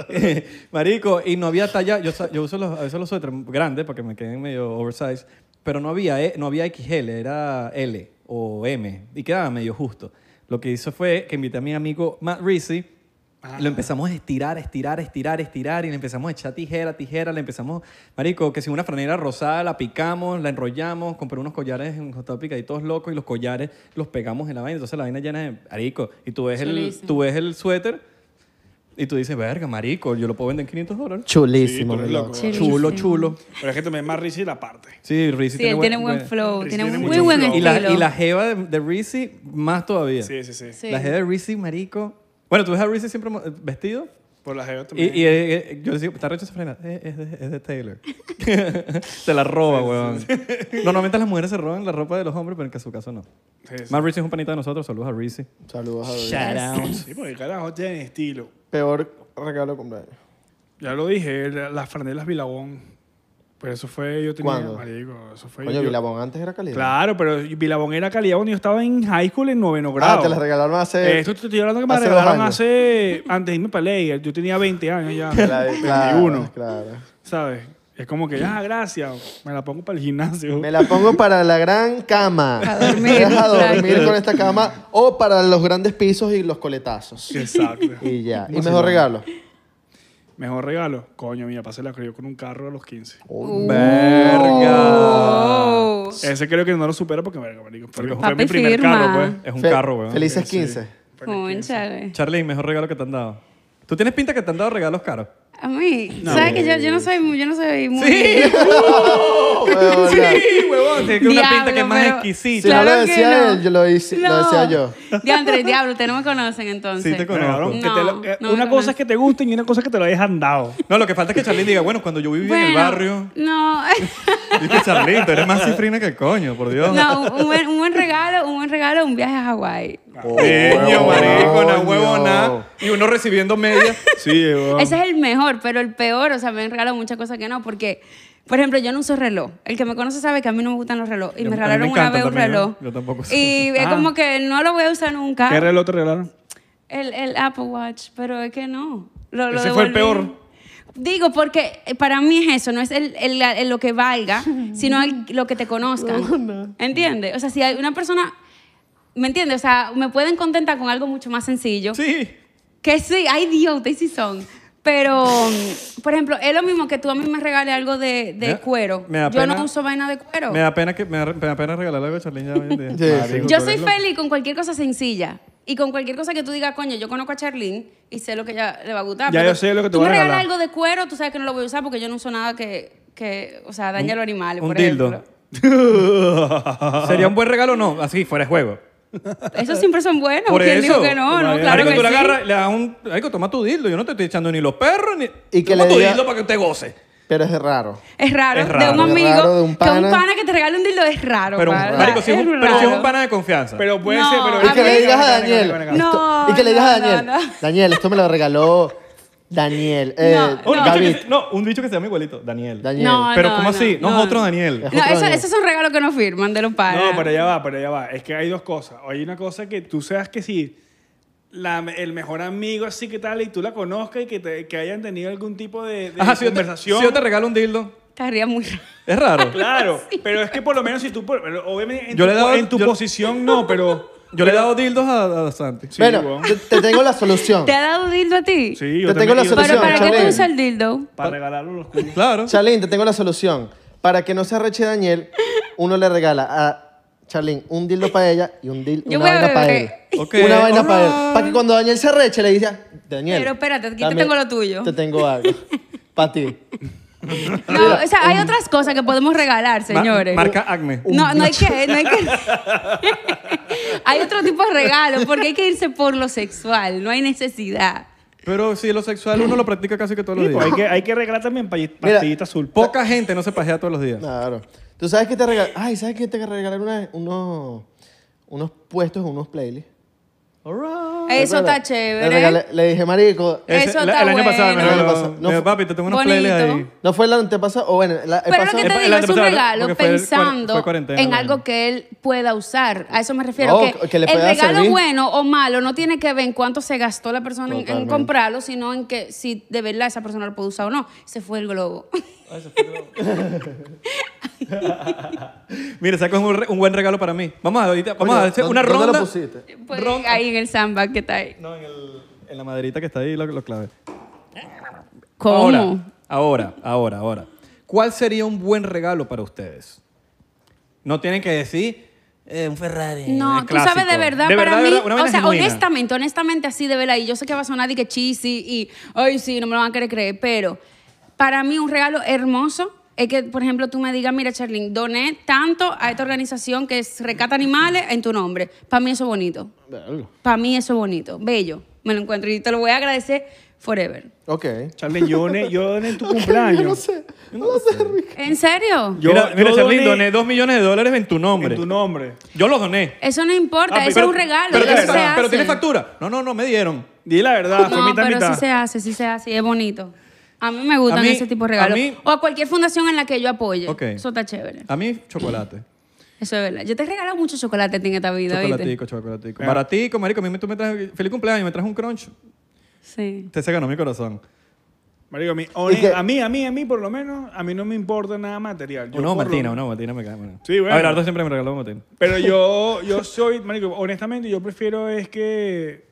B: Eh, Marico, y no había talla. Yo, sa- yo uso los, a veces los suéteres grandes para que me queden medio oversized, pero no había, E- no había XL, era L o M, y quedaba medio justo. Lo que hizo fue que invité a mi amigo Matt Reese. y Lo empezamos a estirar, estirar, estirar, estirar y le empezamos a echar tijera, tijera, le empezamos, marico, que si una franela rosada la picamos, la enrollamos, compré unos collares en Hot Topic ahí todos locos y los collares los pegamos en la vaina, entonces la vaina llena de marico y tú ves, el,
C: Chulísimo.
B: tú ves el suéter y tú dices, verga, marico, yo lo puedo vender en 500 dólares.
A: Chulísimo,
D: Sí, tú
A: mi
D: eres
A: loco.
D: loco.
C: Chulísimo.
B: Chulo, chulo.
D: Pero es que también más risa y la parte.
B: Sí, Rizzi
C: Sí, él tiene buen flow,
D: Rizzi
C: tiene
D: tiene
C: un muy
D: mucho
C: buen
D: flow.
B: Y
C: estilo.
B: la, y la jeva de, de Rizzi, más todavía.
D: Sí, sí, sí.
C: Sí.
B: La jeva de Rizzi, marico. Bueno, tú ves a Rizzi siempre mo- vestido.
D: Por las jeva
B: Y,
D: también.
B: y, eh, eh, yo le digo, está recho esa frena. Eh, es, de, es de Taylor. [LAUGHS] se la roba, weón. Normalmente las mujeres se roban la ropa de los hombres, pero en que su caso no.
D: Sí, sí.
B: Más Rizzi es un panita de nosotros. Saludos a Rizzi.
A: Saludos a
D: Sí, porque carajo tiene estilo.
A: Peor regalo de cumpleaños.
D: Ya lo dije, la- las franelas Vilabón. Pero eso fue, yo tenía,
A: ¿Cuándo?
D: marico, eso fue
A: Coño,
D: yo-
A: Vilabón antes era calidad. Ah,
D: Claro, pero Vilabón era calidad cuando yo estaba en high school en noveno grado.
A: Ah, te las regalaron hace.
D: Eh, Esto
A: [LAUGHS]
D: te estoy hablando que me
A: hace dos
D: regalaron
A: años.
D: hace, antes de irme para Layer, yo tenía 20 años
A: [LAUGHS]
D: ya,
A: Claro, claro,
D: 21,
A: Claro.
D: ¿sabes? Es como que, ah, gracias, me la pongo para el gimnasio.
A: Me la pongo para la gran cama.
C: A dormir,
A: Me deja dormir
C: claro.
A: con esta cama o para los grandes pisos y los coletazos.
D: [LAUGHS] Exacto.
A: Y ya.
D: [LAUGHS]
A: Y mejor regalo.
D: Mejor regalo, coño, mira, pasé la creyó con un carro a los 15.
B: Verga.
C: Oh.
D: Ese creo que no lo supera porque, verga, marico, porque fue
C: Papi,
D: mi primer
C: firma.
D: carro, pues.
B: Es un
A: Fe-
B: carro, weón.
A: Felices 15.
C: [LAUGHS] Cónchale.
B: Charlie, mejor regalo que te han dado. ¿Tú tienes pinta que te han dado regalos caros?
C: A mí, ¿sabes que yo, yo no soy, yo no soy muy...
B: [LAUGHS]
A: Huevón, ya.
B: huevón. Tiene que una pinta que es más
C: pero-
A: Si
B: exquisita.
A: no lo
C: Claro que
A: decía
C: no.
A: él, yo lo hice- lo decía yo.
C: Diantre, diablo, ustedes no me conocen entonces.
B: Sí, te
D: Bueno,
B: conozco.
D: cabrón, que te lo-
C: No,
D: que
C: no,
D: una
C: no,
D: cosa
C: no.
D: es que te gusten y una cosa es que te lo hayan dado.
B: No, lo que falta es que Charlene diga, bueno, cuando yo vivía en el
C: Bueno,
B: barrio. [LAUGHS]
C: No,
B: Dice que Charlene, tú eres más cifrina que el coño, por Dios.
C: no un, buen, un buen regalo, un buen regalo, un viaje a Hawái.
A: Oh,
B: Niño, marico, na
A: Coño.
B: huevona. Y uno recibiendo [LAUGHS] media.
D: Sí, weón.
C: Ese es el mejor, pero el peor, o sea, me han regalado muchas cosas que no, porque, por ejemplo, yo no uso reloj. El que me conoce sabe que a mí no me gustan los relojes. Y
B: Yo- a mí
C: me
B: me
C: regalaron una
B: encantan
C: vez un
B: también,
C: reloj.
B: yo- yo tampoco uso.
C: Y es
D: Ah.
C: como que no lo voy a usar nunca.
D: ¿Qué reloj te regalaron?
C: El, el Apple Watch, pero es que no. Lo, lo
D: Ese fue el
C: devolví.
D: peor.
C: Digo, porque eh, para mí es eso, no es el, el- la- el lo que valga, sino el- lo que te conozcan. ¿Entiendes? O sea, si hay una persona, ¿me entiendes? O sea, me pueden contentar con algo mucho más sencillo.
B: Sí.
C: Que sí, ay Dios, ustedes sí son. Pero, mm, por ejemplo, es lo mismo que tú a mí me regales algo de, de
B: Me da-
C: cuero.
B: me da
C: Yo
B: pena-
C: no uso vaina de cuero.
B: Me da pena que me da, me da pena regalar algo a Charlene ya hoy en día.
A: Sí,
B: Marico,
C: Yo
B: tú
C: soy
B: eres loca.
C: feliz con cualquier cosa sencilla. Y con cualquier cosa que tú digas, coño, yo conozco a Charlene y sé lo que ella le va a gustar.
D: Ya
C: pero
D: yo sé lo que te
C: tú
D: voy
C: me
D: a
C: regalas
D: regalar.
C: algo de cuero, tú sabes que no lo voy a usar porque yo no uso nada que, que o sea, daña a los animales,
B: Un
C: por
B: dildo.
C: ejemplo.
B: [LAUGHS] ¿Sería un buen regalo o no? Así, fuera de juego.
C: Esos siempre son buenos.
B: Por
C: ¿Quién
B: eso.
C: dijo que no? No,
B: Marico,
C: claro que
B: tú le
C: sí.
B: agarras, le das un. Marico, toma tu dildo. Yo no te estoy echando ni los perros ni.
A: Y que
B: toma
A: le
B: tu
A: diga-
B: dildo para que usted goce.
A: Pero es raro.
C: Es raro,
B: Es raro.
C: de un
A: Es
C: amigo,
A: raro de un
C: que un
A: pana.
C: pana que te regale un dildo es raro.
B: Pero, un-
C: pana.
B: marico, si es un, pero si es un pana de confianza.
D: Pero puede
C: No,
D: ser, pero.
C: a
A: Y que
C: mí-
A: le digas a
D: Venga, venga,
A: Daniel.
D: venga, venga.
C: No,
A: esto- y que le digas a
C: no,
A: Daniel.
C: no, no.
A: Daniel, esto me lo regaló Daniel. Eh,
B: Oh, un bicho que
A: David.
B: se- no, un bicho que se llama igualito. Daniel.
A: Daniel.
C: No,
B: Pero ¿cómo así? No,
C: no.
B: es otro Daniel.
A: Es
C: No,
A: otro
C: eso-
A: Daniel.
C: esos son regalos que no firman de los panas.
D: No, pero ya va, pero ya va. Es que hay dos cosas. Hay una cosa que tú seas que sí, la- el mejor amigo así que tal y tú la conozcas y que, te- que hayan tenido algún tipo de, de
B: Ajá, si yo, te, si
D: conversación.
B: yo te regalo un dildo,
C: Estaría muy raro.
B: es
A: Ah,
B: raro.
C: [LAUGHS]
D: Claro, pero es que por lo menos si tú, por- pero obviamente en
B: Yo
D: tu,
B: le he dado-
D: en tu
B: yo-
D: posición
B: [LAUGHS]
D: no, pero
B: Yo le he dado dildos a, a Santi.
D: sí,
A: Bueno,
D: weón.
A: te, te tengo la solución.
C: ¿Te ha dado dildo a ti?
D: Sí, yo
A: te tengo
D: también-
A: la
D: yo-
A: solución,
C: Pero ¿para qué tú
A: Charlene.
C: usas el dildo?
D: Para regalarlo los culos.
B: Claro.
A: Charlene, te tengo la solución. Para que no se arreche Daniel, uno le regala a Charlene un dildo para ella y un dildo,
C: Yo
A: una
C: voy a
A: vaina para él.
C: beber.
B: [LAUGHS] Ok,
A: Una vaina para él.
B: alright.
A: Para que cuando Daniel se arreche le diga, Daniel.
C: Pero espérate, aquí te
A: dame-
C: tengo lo tuyo.
A: Te tengo
C: [LAUGHS]
A: algo. para ti.
C: No, o sea, hay otras cosas que podemos regalar,
B: Ma-
C: señores.
B: marca Acme.
C: No, no hay que, no
B: [LAUGHS]
C: hay que. hay otro tipo de regalo, porque hay que irse por lo sexual, no hay necesidad.
B: Pero si lo sexual uno lo practica casi que todos los
D: Sí, pues,
B: días.
D: hay, que, hay que regalar también pay-
A: Mira,
D: pastillita azul.
B: Poca gente no se pajea todos los días.
A: Claro. Tú sabes que te regalan. Ay, ¿sabes qué te regalaron una vez? Unos, unos puestos, unos playlists.
B: Ah.
C: Eso está
A: Le,
C: chévere.
A: regalé- eh, le dije, marico.
C: Eh, Eso está
B: El año pasado me
A: bueno.
B: regaló.
A: El año pasado. No
B: Me
A: fue-
B: dijo, papi, te tengo unos
C: Bonito.
B: playlists ahí.
A: ¿No fue el antepasado? O bueno, la, el
C: Pero lo
A: pasado-
C: que te
B: Epa,
C: digo
B: el
C: es un
B: antepasado,
C: regalo
B: porque fue- fue
C: pensando
B: cuarentena,
C: en
B: bueno.
C: algo que él pueda usar. A eso me refiero.
A: No,
C: que,
A: que le
C: el
A: pueda
C: regalo
A: servir.
C: bueno o malo no tiene que ver en cuánto se gastó la persona en- en,
A: Totalmente.
C: comprarlo, sino en que si de verdad esa persona lo puede usar o no. Se fue el globo. [LAUGHS]
B: Mira, saco un, re- un buen regalo para mí. Vamos a, ahorita, vamos
A: Coño,
B: a hacer
A: ¿dó-
B: una
A: ¿Dónde
B: ronda.
A: lo pusiste?
C: Pues, ahí en el sandbag que está ahí.
B: No, en, el- en la maderita que está ahí, lo, lo clave.
C: ¿Cómo?
B: Ahora, ahora, ahora, ahora. ¿Cuál sería un buen regalo para ustedes? No tienen que decir.
E: Eh, un Ferrari.
B: Eh,
C: No, tú
B: clásico.
C: sabes de verdad,
B: De
C: para
B: verdad, de
C: mí,
B: verdad, una
C: o
B: vaina
C: sea,
B: genuina.
C: honestamente, honestamente así de verdad, y yo sé que va a sonar y que cheesy y, ay, sí, no me lo van a querer creer, pero para mí un regalo hermoso es que, por ejemplo, tú me digas, mira, Charlene, doné tanto a esta organización que es Recata Animales en tu nombre. Para mí eso es bonito. Para mí eso es bonito, bello. Me lo encuentro y te lo voy a agradecer forever.
A: Ok.
D: Charlie, yo doné, yo doné
A: [LAUGHS]
D: en tu cumpleaños.
A: No sé. No lo sé, Rick.
C: ¿En serio?
D: Yo-
B: mira, mira
D: yo
B: Charlene,
D: doné-
B: doné dos millones de dólares en tu nombre.
D: En tu nombre.
B: Yo los doné.
C: Eso no importa,
D: Ah,
C: eso
D: pero-
C: es un regalo.
B: Pero,
D: eso
B: tiene,
C: eso se
B: fa- pero
C: hace.
B: tiene factura. No, no, no, me dieron.
D: Di la
B: Ah,
D: verdad, fue
C: No,
D: mitad
C: pero
D: mitad.
C: sí se hace, sí se hace, y es bonito. A mí me gustan
B: A mí-
C: ese tipo de
B: a
C: regalos.
B: mí-
C: o a cualquier fundación en la que yo apoye.
B: Ok.
C: Eso está chévere.
B: A mí, chocolate.
C: Eso es verdad. Yo te he regalado mucho chocolate a ti en esta vida, ¿viste?
B: Chocolatico, chocolatico.
D: Ah.
B: Baratico, marico. A mí me, tú me traes... Feliz cumpleaños, me traes un crunch.
C: Sí.
B: Te se ganó mi corazón.
D: Marico, a mí, one-
A: Y que-
D: a mí, a mí, a mí, por lo menos, a mí no me importa nada material. Yo
B: Uno
D: por lo-
B: Martina, uno Martina me cae. bueno.
D: Sí, bueno.
B: Abelardo siempre me regaló Martina.
D: Pero yo, yo soy, marico, honestamente, yo prefiero es que,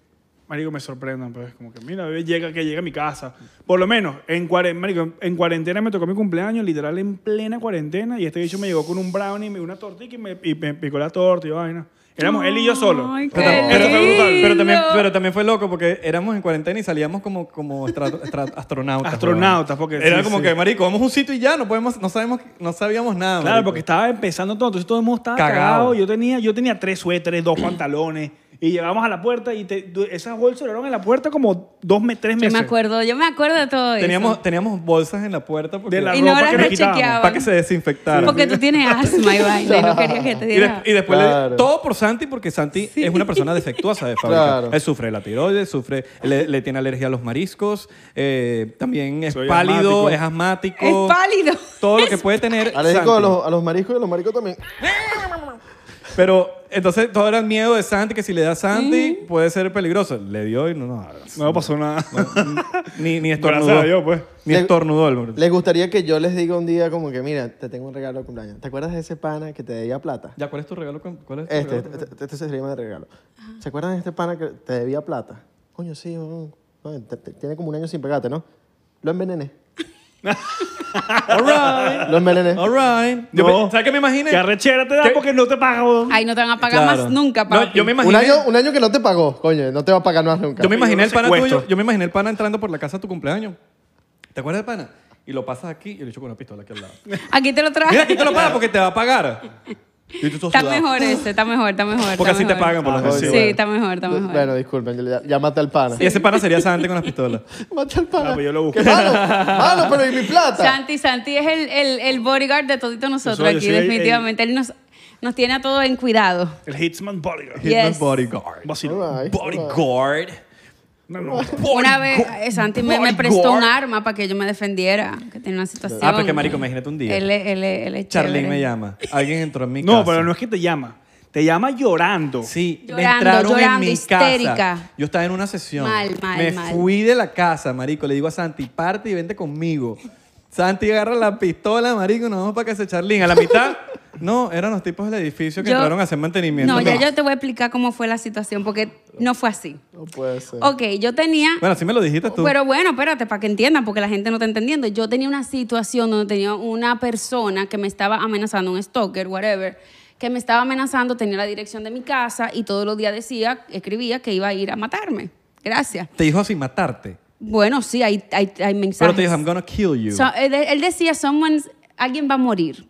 D: marico, me sorprendan, pues, como que, mira, bebé, llega, que llega a mi casa. Por lo menos, en, cuaren- marico, en cuarentena me tocó mi cumpleaños, literal, en plena cuarentena, y este bicho me llegó con un brownie, me- una tortilla y me, y me picó la torta y vaina. Éramos él y yo solo.
C: Ay,
B: Pero,
C: Qué
B: tam- pero fue
C: lindo.
B: brutal. Pero también, pero también fue loco porque éramos en cuarentena y salíamos como, como estra-
D: [LAUGHS]
B: estra- astronautas.
D: Astronautas,
B: weón.
D: porque
B: Era
D: sí,
B: como
D: sí.
B: que, marico, vamos a un sitio y ya, no, podemos, no, sabemos, no sabíamos nada.
D: Claro,
B: marico.
C: pues.
D: porque estaba empezando todo, entonces todo el mundo estaba
B: Cagado.
D: cagado. Yo tenía, yo tenía tres suéteres, dos pantalones, y llegamos a la puerta y te- du- esas bolsas duraron en la puerta como dos, me- tres
C: Yo
D: meses.
C: me acuerdo, yo me acuerdo de todo
B: Teníamos,
C: eso.
B: teníamos bolsas en la puerta porque,
D: De la
C: Y
D: ropa
C: no las
D: que nos quitábamos.
C: rechequeaban.
B: para que se desinfectaran.
C: Porque tú tienes asma y vaina y no quería que te
B: Y, de-
C: diera.
B: y después le-
A: Claro.
B: todo por Santi, porque Santi es una persona defectuosa de fábrica.
A: Claro.
B: Él sufre la tiroides, sufre, le, le tiene alergia a los mariscos, eh, también es
D: Soy
B: pálido,
D: asmático.
B: es asmático.
C: Es pálido.
B: Todo lo que
A: [LAUGHS]
B: puede tener.
A: Alérgico
B: Santi.
A: a los, a los mariscos y a los maricos también.
B: Pero entonces todo era el miedo de Santi, que si le da a Santi puede ser peligroso. Le dio y no, no,
D: No pasó nada.
B: ni, ni estornudó.
D: [LAUGHS] Gracias a Dios, pues.
B: Ni
A: Le-
B: estornudó. el-
A: Les gustaría que yo les diga un día como que, mira, te tengo un regalo de cumpleaños. ¿Te acuerdas de ese pana que te debía plata?
B: Ya, ¿cuál es tu regalo? con- ¿Cuál es tu
A: Este,
B: regalo con-
A: este, este, sería mi regalo. ¿Se acuerdan de este pana que te debía plata? Coño, sí, mamá. Oye, te- te- tiene como un año sin pegarte, ¿no? Lo envenené.
B: All right.
A: Lo
B: [LAUGHS]
A: envenené.
C: ¿Eh?
B: All right. Yo
D: No.
B: pe- ¿Sabes qué me imaginé?
D: Que arrechera te da
B: ¿Qué?
D: porque no te pagan. weón.
C: Ay, no te van a pagar
B: Claro.
C: más nunca,
B: No,
C: papi.
B: yo me
A: un,
B: imaginé.
A: año, un año que no te pagó, coño. No te va a pagar más nunca.
B: Yo me imaginé el pana
D: secuestro.
B: tuyo, yo me imaginé el pana entrando por la casa a tu cumpleaños. ¿Te acuerdas del pana? Y lo pasas aquí y le echo con una pistola aquí
C: [LAUGHS]
B: al lado.
C: Aquí te lo traje.
B: Mira, aquí te lo pagas porque te va a pagar. Y tú todo
C: Está
B: sudado.
C: mejor este, está mejor, está mejor.
B: Porque
C: está
B: así te
C: mejor.
B: pagan por lo
D: Ah,
B: menos.
C: Sí,
A: Sí, bueno.
C: está mejor, está mejor.
A: Bueno, disculpen, yo le- ya, ya maté al pana.
B: Y ese pana sería Santi con las
C: [LAUGHS]
B: pistolas.
A: [LAUGHS] Maté al pana.
D: Ah, pues yo lo busco.
A: Qué malo, malo, pero ¿y mi plata?
C: Santi, Santi es el, el, el bodyguard de toditos nosotros
D: soy- yo
C: aquí,
D: soy el-
C: definitivamente. Él nos, nos tiene a todos en cuidado.
D: El Hitman Bodyguard.
C: Yes.
B: Hitman bodyguard.
D: Vacilo.
A: All right, all right.
B: Bodyguard.
D: No, no.
C: Una vez eh, Santi me, me
B: bodyguard.
C: prestó un arma para que yo me defendiera, que tenía una situación.
B: Ah, porque marico, imagínate un día.
C: Él, es- él, es- él es
B: Charlene
C: chévere.
B: me llama. Alguien entró en mi casa.
D: No, pero no es que te llama. Te llama llorando.
B: Sí, me
C: Llorando,
B: entraron en
C: llorando,
B: mi casa.
C: histérica.
B: Yo estaba en una sesión.
C: Mal, mal,
B: me
C: mal.
B: fui de la casa, marico. Le digo a Santi, parte y vente conmigo. Santi agarra la pistola, marico, y nos vamos para casa de Charlín. A la mitad, [LAUGHS] no, eran los tipos del edificio que
C: Yo-
B: entraron a hacer mantenimiento.
C: No, ya yo te voy a explicar cómo fue la situación, porque no fue así.
A: No puede ser.
C: Ok, yo tenía...
B: Bueno, así me lo dijiste tú.
C: Pero bueno, espérate, para que entiendan, porque la gente no está entendiendo. Yo tenía una situación donde tenía una persona que me estaba amenazando, un stalker, whatever, que me estaba amenazando, tenía la dirección de mi casa y todos los días decía, escribía que iba a ir a matarme. Gracias.
B: Te dijo así, matarte.
C: Bueno, sí, hay, hay, hay mensajes.
B: Pero te dijo, I'm gonna kill you.
C: So- él, él decía, someone's- alguien va a morir.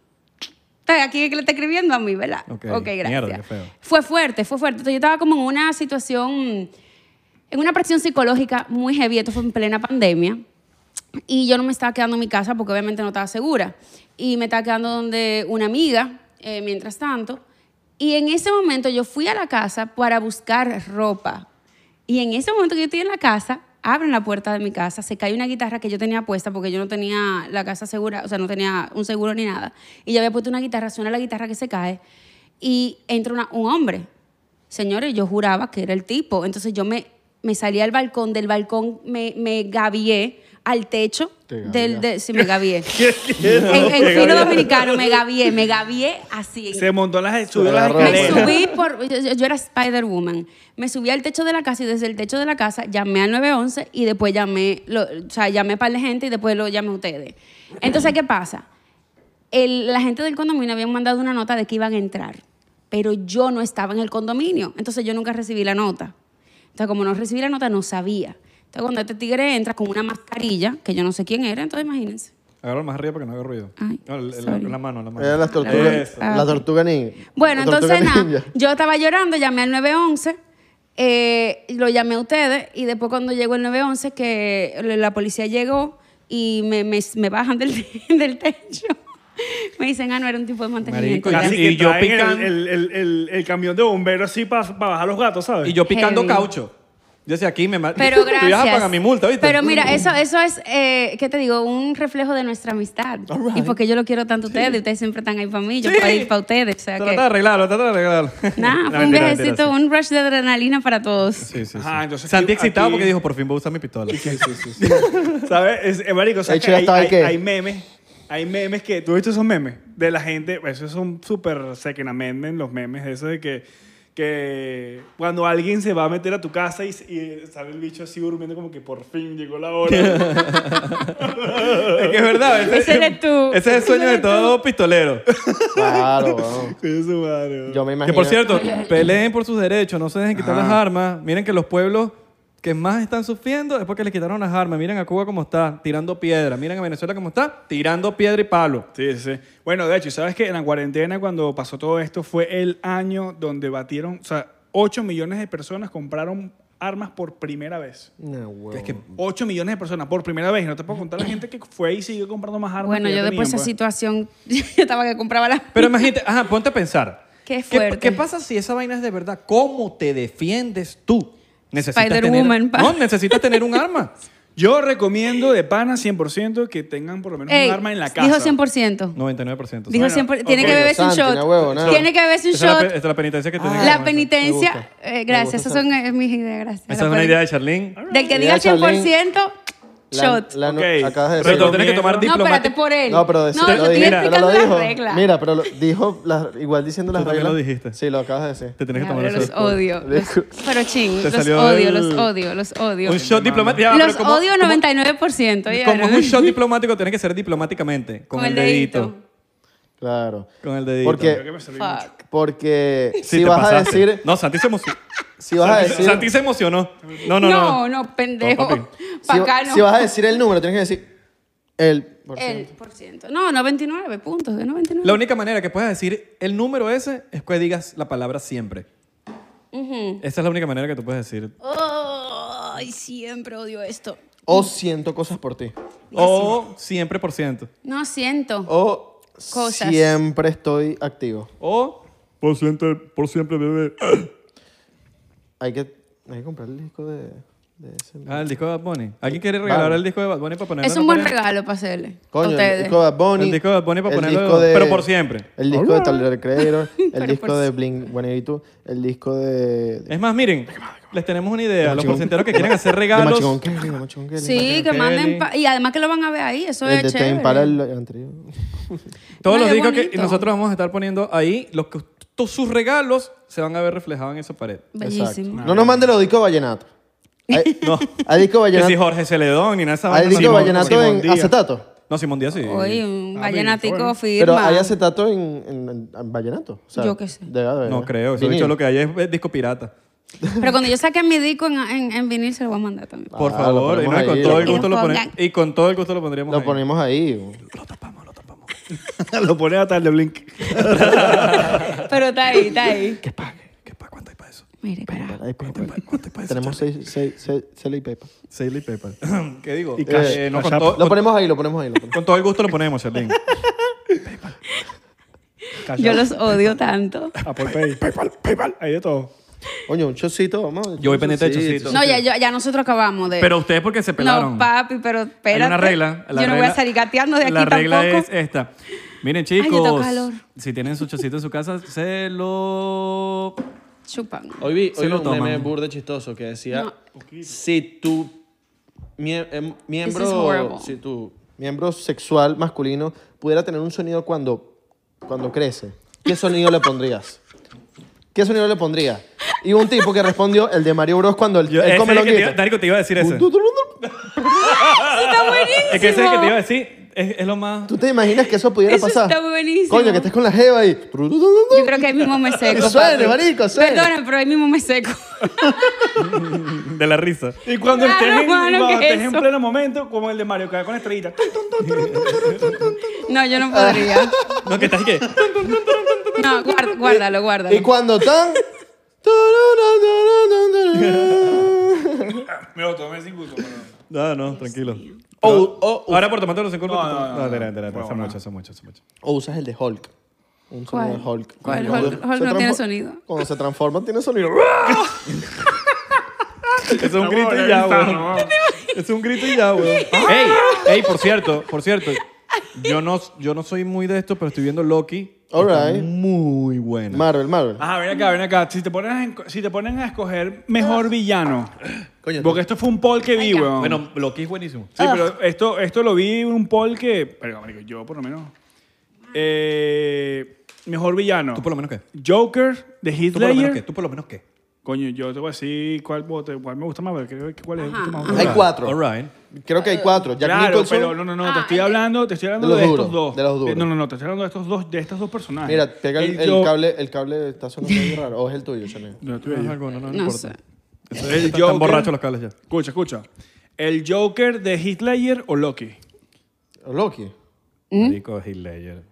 C: Está aquí el que le está escribiendo a mí, ¿verdad?
B: Ok,
C: ok, gracias.
B: mierda, qué feo.
C: Fue fuerte, fue fuerte. Entonces, yo estaba como en una situación, en una presión psicológica muy heavy. Esto fue en plena pandemia. Y yo no me estaba quedando en mi casa porque obviamente no estaba segura. Y me estaba quedando donde una amiga, eh, mientras tanto. Y en ese momento yo fui a la casa para buscar ropa. Y en ese momento que yo estoy en la casa, abren la puerta de mi casa, se cae una guitarra que yo tenía puesta porque yo no tenía la casa segura, o sea, no tenía un seguro ni nada. Y yo había puesto una guitarra, suena la guitarra que se cae y entra una- un hombre. Señores, yo juraba que era el tipo. Entonces yo me, me salí al balcón, del balcón me, me gavié al techo.
A: Te
C: Del, de, sí, me gavié. en en filo dominicano me gavié, me gavié así.
D: Se montó las, subió las
A: agarró. Me
C: Me
D: escaleras.
C: subí por. Yo, yo era Spider-Woman. Me subí al techo de la casa y desde el techo de la casa llamé al 911 y después llamé. lo- o sea, llamé para la gente y después lo llamé a ustedes. Entonces, ¿qué pasa? El- la gente del condominio habían mandado una nota de que iban a entrar, pero yo no estaba en el condominio. Entonces, yo nunca recibí la nota. Entonces, como no recibí la nota, no sabía. Entonces, cuando este tigre entra con una mascarilla, que yo no sé quién era, entonces imagínense.
B: Agarro más arriba para que no haga ruido.
C: Ay,
B: No, la, la-
C: sorry.
B: la mano, la mano.
A: Era las tortugas.
B: Eso.
C: Ah,
A: La
C: ok.
A: tortuga ninja.
C: Bueno,
A: La tortuga
C: entonces nada,
A: ninja. [LAUGHS]
C: yo estaba llorando, llamé al 911, eh, lo llamé a ustedes y después cuando llegó el 911 que la policía llegó y me, me- me bajan del, [LAUGHS] del techo. [LAUGHS] Me dicen, ah, no, era un tipo de
B: Marico,
C: mantenimiento. ya.
D: Casi
B: Y-
D: que
B: y yo
D: traen el-
B: picando.
D: El, el, el- el camión de bomberos así para bajar los gatos, ¿sabes?
B: Y yo picando
C: Heavy.
B: caucho. Yo decía, aquí me ma-
C: Pero
B: [LAUGHS] Tú ibas a pagar
C: gracias.
B: mi multa, ¿viste? Mm.
C: Pero mira, eso, eso es, eh, ¿qué te digo? Un reflejo de nuestra amistad. Y porque yo lo quiero tanto a ustedes, y ustedes siempre están ahí para mí, yo
B: Sí.
C: para ir para ustedes. O sea
B: Trata de
C: que,
B: arreglarlo, trata de
C: [LAUGHS]
B: arreglarlo.
C: nada,
B: No,
C: fue un
B: mentira, mentira,
C: viajecito,
B: sí.
C: un rush de adrenalina para todos.
B: Sí, sí, sí.
D: Ajá, entonces
B: Santi
D: aquí-
B: excitado
D: aquí-
B: porque dijo, por fin voy a usar mi
D: [LAUGHS]
B: pistola.
D: ¿Sabes? Es, eh, marico, o sea,
A: De hecho,
D: que
A: ya
D: hay,
A: estaba
D: hay-
A: que-
D: hay memes. Hay memes que. ¿Tú has visto esos memes? De la gente. pues, Esos son súper second amendment, los memes. Eso de que. Que cuando alguien se va a meter a tu casa y, y sale el bicho así durmiendo, como que por fin llegó la hora.
B: es que es verdad.
C: Ese eres tú.
B: Ese es el sueño de todo pistolero.
A: Claro, weón.
D: Coño, su madre, bro.
A: Yo me
B: Que
A: imagino.
B: por
C: [LAUGHS]
B: cierto, peleen por sus derechos, no se dejen quitar las armas. Miren que los pueblos que más están sufriendo es porque les quitaron las armas. Miren a Cuba como está, tirando piedra. Miren a Venezuela como está, tirando piedra y palo.
D: Sí, sí. Bueno, de hecho, ¿sabes que En la cuarentena, cuando pasó todo esto, fue el año donde batieron, o sea, 8 millones de personas compraron armas por primera vez.
A: No, weón.
B: Es que
D: 8 millones de personas por primera vez. Y no te puedo contar la gente que fue y siguió comprando más armas.
C: Bueno,
D: que ya
C: yo después
D: tenían,
C: de esa
D: pues.
C: situación, [LAUGHS] yo estaba que compraba la...
B: Pero
C: [LAUGHS]
B: imagínate, ajá, ponte a pensar.
C: Qué
B: ¿Qué,
C: fuerte.
B: pasa si esa vaina es de verdad? ¿Cómo te defiendes tú? Necesitas tener,
C: Spider-Woman, pa.
B: No, necesitas tener un
C: [LAUGHS]
B: arma.
D: Yo recomiendo de pana 100% que tengan por lo menos
C: Ey,
D: un arma en la casa.
C: Dijo 100%.
B: 99%.
C: Dijo
B: ¿sabes?
C: 100%. Tiene
A: ok.
C: que beberse un
A: Santi,
C: shot.
A: una huevonada.
C: Tiene que beberse un
B: Esa es la pe-
C: shot. Ah.
B: esa es la penitencia que tenemos.
C: la
B: Esa-
A: Me
C: penitencia.
A: gusta.
C: eh,
A: Me
C: gracias.
A: gusta
C: Esas son eh, mis ideas. Gracias.
B: Esa es
C: La
B: una
C: pen-
B: idea de Charlene.
C: Del que
A: Idea
C: diga
A: de Charlene.
C: 100%,
A: La-
C: shot.
A: la no-
D: Ok.
A: acabas de
B: Pero te
A: decir.
B: lo tienes que tomar
C: no, espérate
B: diplomático.
C: por él.
A: No, pero
C: no, yo
A: decirlo.
B: lo
C: estoy
B: dije,
A: mira, pero
C: explicando
A: lo
C: las
A: dijo.
C: reglas.
A: Mira, pero lo, dijo las- igual diciendo las
B: Tú también
A: reglas.
B: lo dijiste.
A: Sí, lo acabas de decir.
B: Te tienes que tomar
C: Ahora
B: eso.
C: los odio. los- pero ching,
B: Te
C: los
B: salió
C: odio,
B: el-
C: los odio, los odio.
B: Un shot diplomático. Ya,
C: Los
B: pero como-
C: odio
B: como-
C: 99%. oye,
B: Como es
C: ¿no?
B: un shot diplomático, tiene que ser diplomáticamente. Con, el dedito.
A: Claro.
B: Con el dedito.
D: Creo que
A: Porque,
D: me serví mucho.
C: Fuck.
A: porque
B: Sí,
A: si
B: te
A: vas
B: pasaste.
A: a decir,
B: No, Santi se emocionó.
A: si vas a
B: Santi-
A: decir,
B: Santi se emocionó. No, no, no.
C: No, no, pendejo.
B: No,
A: si,
C: Para acá no.
A: si vas a decir el número, tienes que decir el por
C: El
A: ciento.
C: por ciento. No, 99 puntos, de 99.
B: La única manera que puedes decir el número ese es que digas la palabra siempre. Esa es la única manera que tú puedes decir.
C: Ay, siempre odio esto.
A: O siento cosas por ti.
B: O siempre por ciento.
C: No siento.
B: Oh,
A: O
C: Cosas.
A: siempre estoy activo.
B: O por siempre, por siempre bebé.
A: Hay que, hay que comprar el disco de de ese-
B: Ah, el disco de Bad Bunny. ¿Alguien quiere regalar
A: Vale.
B: el disco de Bad Bunny para ponerlo?
C: Es
B: en
C: un
B: la
C: buen
B: pared?
C: regalo para hacerle. a
A: Coño, el
C: ustedes.
A: disco de Bad Bunny.
B: El disco de Bad Bunny para
A: el
B: ponerlo-
A: disco de-
B: pero por siempre.
A: El disco de Tyler
C: [LAUGHS]
A: Creator. El
C: Pero
A: disco
C: por
A: de
C: si-
A: Blink 182. El disco de. de
B: Es más, miren, les tenemos una idea. Los
A: Machigón-
B: porcenteros que quieren hacer
A: Machigón
B: regalos.
A: Kelly, de Machigón Kelly.
C: Sí, que
B: Kelly.
C: manden. pa- Y además que lo van a ver ahí. Eso
A: El
C: es
A: de
C: chévere.
A: Tame Impala, el anterior.
B: Todos
C: No,
B: los
C: es
B: discos que
C: bonito.
B: nosotros vamos a estar poniendo ahí, los que, todos sus regalos se van a ver reflejados en esa pared.
C: Bellísimo.
A: No nos mande los discos vallenatos.
C: [LAUGHS]
A: Hay,
B: No.
A: hay disco
B: Que si
A: vallenato.
B: Jorge Celedón ni nada de esa
A: Hay
B: vaina.
A: disco
B: Simón-
A: vallenato
B: Simón
A: en
B: Díaz.
A: acetato.
B: No, Simón Díaz sí.
C: Oye, un
D: Ah,
C: vallenatico
D: mira,
C: firma.
A: Pero hay acetato en, en- en- en vallenato. O sea,
C: Yo qué sé.
A: debe haber,
B: No
A: ¿eh?
B: creo. Eso, de
A: Vinil.
B: hecho, lo que hay es, eh, disco pirata.
C: Pero cuando yo saque mi disco en, en, en vinil, se lo voy a mandar también.
A: Ah,
B: Por
A: lo
B: favor. Y,
A: ponemos
B: no, y con
A: ahí,
B: todo
A: lo
B: el gusto lo
C: ponemos. Y nos
B: ponemos. Y con todo el gusto lo pondríamos
A: Lo
B: ahí.
A: ponemos ahí.
D: [LAUGHS] Lo pone a tal de Blink.
C: Pero está ahí, está ahí.
B: ¿Qué pague? ¿Qué pague? ¿Cuánto hay para eso?
C: Mire, carajo.
A: Ahí pongo.
B: ¿Cuánto hay para eso?
A: Tenemos seis, seis, seis, seis paper.
B: Sale y PayPal. ¿Qué digo?
D: Y cash.
B: Eh, no,
D: Cash
B: con,
D: app.
B: todo-
A: Lo
B: con-
A: ponemos ahí, lo ponemos ahí. Lo ponemos.
B: con todo el gusto lo ponemos,
C: [LAUGHS]
B: Charlene.
C: Yo los
B: [LAUGHS]
C: odio tanto.
B: Ah,
D: Apple Pay. PayPal, PayPal. Hay de todo.
A: Coño, un chocito, vamos.
B: Yo voy pendiente de chocito.
C: No, ya, ya, ya nosotros acabamos de.
B: Pero ustedes porque se pelaron.
C: No, papi, pero espérate.
B: Hay una regla. la
C: yo no voy a
B: regla-
C: salir gateando de aquí
B: La regla
C: tampoco.
B: es eh, esta. Miren,
C: yo tengo
B: chicos,
C: calor.
B: si tienen su chocito en su casa, se lo...
C: Chupan.
A: Hoy vi,
B: Se
A: hoy vi
B: lo
A: un meme
B: toman.
A: burde chistoso que decía,
C: No.
A: si tu mie- em,
C: This is
A: miembro,
C: horrible.
A: si tu miembro sexual masculino pudiera tener un sonido cuando, cuando crece, ¿qué sonido le pondrías? ¿Qué sonido le pondrías? Y un tipo que respondió el de Mario Bros cuando el,
B: Yo,
A: el
B: ese es el que te, iba-
A: comelonguito.
B: Darico, te iba a decir ese.
A: Tú, tú, tú, tú, tú.
C: Está buenísimo.
B: Es que ese es el que te iba a decir. Es, es lo más...
A: ¿Tú te imaginas que eso pudiera
C: Eso
A: pasar?
C: está buenísimo.
A: Coño, que estés con la jeva y... Tú, tú, tú, tú, tú.
C: Yo creo que ahí mismo me
A: Que
C: seco.
A: suene,
C: papi.
A: marico, suene.
C: Perdona, pero ahí mismo me seco. [LAUGHS]
B: De la risa.
D: Y cuando
C: Claro,
D: estés, en,
C: mano,
D: cuando
C: que
D: estés en
C: eso.
D: pleno momento, como el de Mario, que va con estrellitas.
C: No, yo no podría.
B: [LAUGHS] No, que estás que...
C: No, guarda- guárdalo, guárdalo.
A: Y cuando tan... [LAUGHS]
D: Me lo tomé sin [LAUGHS] gusto, perdón.
B: No, no, tranquilo.
A: O- o-
B: Ahora por tomártelo sin culpa.
D: Oh,
B: tú-
D: No, no, no, no.
B: espera, espera, espera,
D: No,
B: son
D: no.
B: muchos, son muchos,
D: [LAUGHS]
B: son muchos.
A: O usas el de Hulk. Un
C: ¿Cuál?
A: sonido de Hulk.
C: ¿Cuál?
A: Cuando
C: Hulk-
A: se
C: Hulk no tiene
A: transfor-
C: sonido.
A: Cuando se transforma tiene sonido. [LAUGHS]
B: Es un
D: No,
B: grito
D: bueno,
B: y ya,
D: ahí está, no,
B: weón.
D: vamos.
B: Es un grito y ya, weón.
D: [LAUGHS]
B: Ey, ey, por cierto, por cierto. Yo no, yo no soy muy de esto, pero estoy viendo Loki.
A: All
B: Está
A: right.
B: Muy buena.
A: Marvel, Marvel.
D: Ajá, ven acá, ven acá. Si te ponen a, enco- si te ponen a escoger mejor villano.
A: Ah. Coño,
D: Porque esto fue un poll que vi,
C: Ay, ya.
D: weón.
B: bueno, Loki es buenísimo.
D: Sí, pero esto, esto lo vi en un poll que. Pero, marico, yo por lo menos. Eh, mejor villano.
B: ¿Tú por lo menos qué?
D: Joker de Heath
B: ¿Tú por lo menos qué?
D: Ledger.
B: ¿Tú por lo menos qué?
D: Coño, yo te voy a decir cuál, voto, cuál me gusta más, pero creo que cuál es el que más
A: Hay
B: All
D: voto.
B: right,
A: cuatro.
B: All right.
A: Creo que hay cuatro. Jack
D: Claro,
A: Nicholson.
D: pero no, no, no, te
C: Ah,
D: estoy
C: el-
D: hablando, te estoy hablando
A: de
D: de,
A: los
D: estos
A: duros,
D: dos.
A: de los duros.
D: Eh, No, no, no, te estoy hablando de estos dos, de estos dos personajes.
A: Mira, pega el, el
D: Jo-
A: cable, el cable está sonando ahí raro. ¿O es el tuyo, Chanel?
D: No, tú y yo.
B: Alguno, no, no
C: No
B: importa.
C: sé.
B: Eso-
D: El
B: Están
D: Joker.
B: borrachos los cables ya.
D: Escucha, escucha. ¿El Joker de Heath Ledger o Loki?
A: ¿O Loki?
B: Marico, Heath Ledger.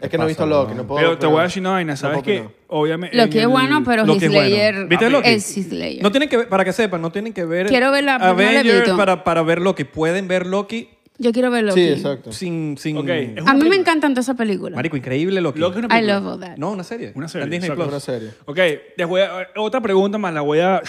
A: Es que no he visto Loki, no puedo.
D: Pero te voy a decir una vaina,
A: no
D: ¿sabes
A: puedo
D: qué?
A: opinar.
D: Obviamente.
C: Loki es bueno, pero
B: Loki
C: Heath
B: es bueno.
C: Ledger
B: ¿Viste Loki?
C: es Heath Ledger.
B: No tienen que ver, para que sepan, no tienen que ver.
C: Quiero ver la- no la he
B: Avengers
C: visto.
B: para, para ver Loki. Pueden ver Loki
C: Yo quiero ver Loki.
A: Sí, exacto.
B: sin. sin
D: Ok, es una
C: A mí me
D: película.
C: encantan todas esas películas.
B: Marico, increíble Loki.
D: Loki es una
C: I
D: película.
C: love all that.
B: No, una serie.
D: Una serie,
B: En Disney Plus.
D: exacto.
A: Una serie.
D: Ok, les voy a- otra pregunta más, la voy a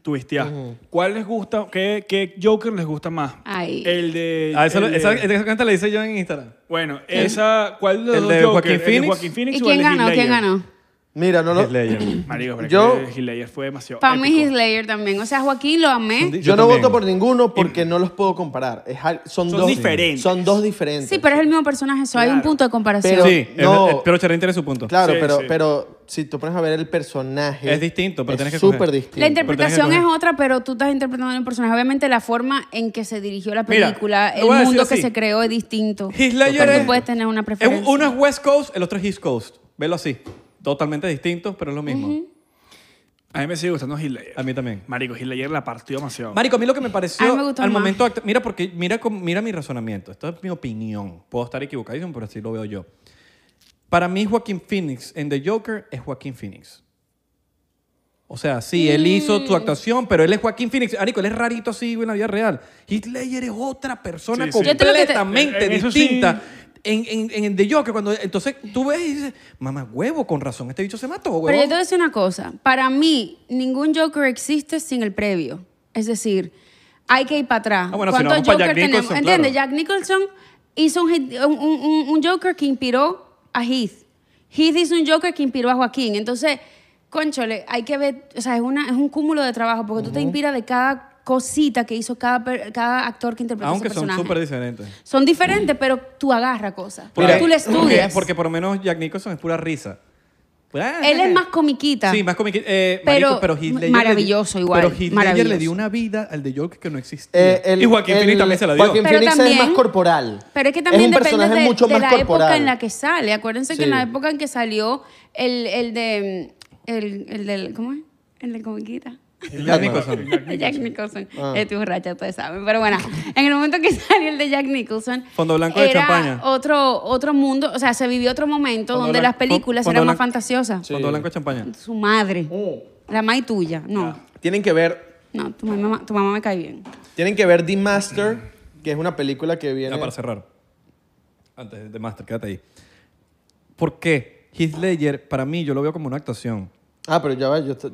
D: twistear. ¿Cuál les gusta, qué, qué Joker les gusta más?
C: Ay.
D: El de...
B: Ah, esa,
D: el eh, de-
B: esa, esa cuenta la hice yo en Instagram.
D: bueno, esa... ¿Cuál de los
B: ¿El
D: dos
B: de
D: Joker?
B: Joaquín
D: ¿El de
B: Phoenix?
D: Joaquín Phoenix
C: ¿Y
D: o el
C: quién
D: de Heath
C: ganó? ¿Quién
D: Ledger?
C: ganó?
A: Mira, no lo. [CLEARS THROAT]
B: Heath Ledger.
D: Marico, pero
A: Yo-
D: yo, Heath Ledger fue demasiado
C: Para mí
D: épico.
C: Heath Ledger también. O sea, Joaquín lo amé.
B: Yo
A: Yo no
B: también.
A: voto por ninguno porque no los puedo comparar. Es al- son,
D: Son
A: dos
D: diferentes.
A: Son dos diferentes.
C: Sí, pero es el mismo personaje. Eso hay un
D: Claro.
C: punto de comparación.
A: Pero-
B: sí,
A: no.
B: es- es- Eh, pero Charlene tiene su punto.
A: Claro,
D: Sí,
A: pero,
D: sí.
A: pero si tú pones a ver el personaje.
B: Es distinto, pero tienes que
A: Súper
B: escoger.
A: distinto.
C: La interpretación
B: Pero
C: es
B: tenés que
C: otra, pero tú estás interpretando el personaje. Obviamente la forma en que se dirigió la
B: Mira,
C: película,
B: lo voy a
C: el
B: decir
C: mundo que
B: así.
C: se creó es distinto.
B: [LAUGHS] Heath Ledger
C: Pero
B: es,
C: tú puedes tener una
B: es un-
C: preferencia.
B: uno es West Coast, el otro es East Coast. Velo así. Totalmente distintos, pero es lo mismo.
D: A mí me sigue gustando Heath Ledger.
B: A mí también.
D: Marico, Heath Ledger la partió demasiado.
B: Marico, a mí lo que me pareció
C: A mí me gustó
B: al
C: más.
B: momento act- mira porque mira com- mira mi razonamiento, esto es mi opinión, puedo estar equivocadísimo, pero así lo veo yo. Para mí Joaquín Phoenix en The Joker es Joaquín Phoenix. O sea, sí, él hizo
C: Mm.
B: su actuación, pero él es Joaquín Phoenix. Marico, él es rarito así en la vida real. Heath Ledger es otra persona
D: Sí, sí.
C: Yo te lo que te-
B: completamente
D: En- en eso sí.
B: distinta. En, en, en The Joker, cuando entonces tú ves y dices, mamá huevo, con razón, este bicho se mató, huevo.
C: Pero yo te voy a decir una cosa. Para mí, ningún Joker existe sin el previo. Es decir, hay que ir para atrás.
B: Ah, bueno, si no, vamos
C: ¿Cuántos
B: para
C: Joker
B: Jack
C: tenemos?
B: Nicholson,
C: ¿Entiendes?
B: claro.
C: Jack Nicholson hizo un, hit- un- un- un Joker que inspiró a Heath. Heath hizo un Joker que inspiró a Joaquín. Entonces, conchole, hay que ver, o sea, es, una, es un cúmulo de trabajo porque tú te inspiras de cada cosita que hizo cada, per- cada actor que interpretó
B: Aunque
C: ese
B: son
C: personaje.
B: súper diferentes.
C: Son diferentes, pero tú agarras cosas.
B: Claro.
C: tú le
B: Porque-
C: estudias.
B: Porque por lo menos Jack Nicholson es pura risa. Pues, ah,
C: Él es más comiquita.
B: Sí, más comiquita. Eh,
C: Pero
B: marico, pero Heath Ledger le-
C: maravilloso igual,
B: Pero Heath Ledger le
C: maravilloso.
B: dio una vida al de Joker que no existía.
A: Eh, el-
B: y Joaquín
A: el-
B: Phoenix también se la dio.
A: Joaquin
C: Pero
A: Phoenix es
C: también-
A: más corporal.
C: Pero es que también
A: un
C: depende
A: personaje
C: de,
A: mucho
C: de
A: más
C: la
A: corporal.
C: época en la que sale. Acuérdense que en
A: Sí.
C: la época en que salió el, el de... mm, El, el del... ¿Cómo es? El de Comiquita. [LAUGHS]
B: El Jack Nicholson.
C: El Jack Nicholson.
A: Ah.
C: Estoy borracha, ustedes saben. Pero
A: [LAUGHS]
C: bueno, en el momento que salió el de Jack Nicholson...
B: Fondo blanco de
C: era
B: champaña.
C: Otro, otro mundo, o sea, se vivió otro momento
B: Fondo
C: donde
B: blanco-
C: las películas
B: fondo
C: eran más
B: blanco-
C: fantasiosas.
B: Fondo blanco de champaña.
C: Su madre.
A: Oh.
C: La madre tuya. No,
A: Tienen que ver,
C: no, tu mamá, tu mamá me cae bien.
A: tienen que ver The Master, que es una película que viene.
B: Ya para cerrar. Antes de Master, quédate ahí. ¿Por qué Heath Ledger, para mí, yo lo veo como una actuación?
A: Ah, pero ya va, yo. estoy-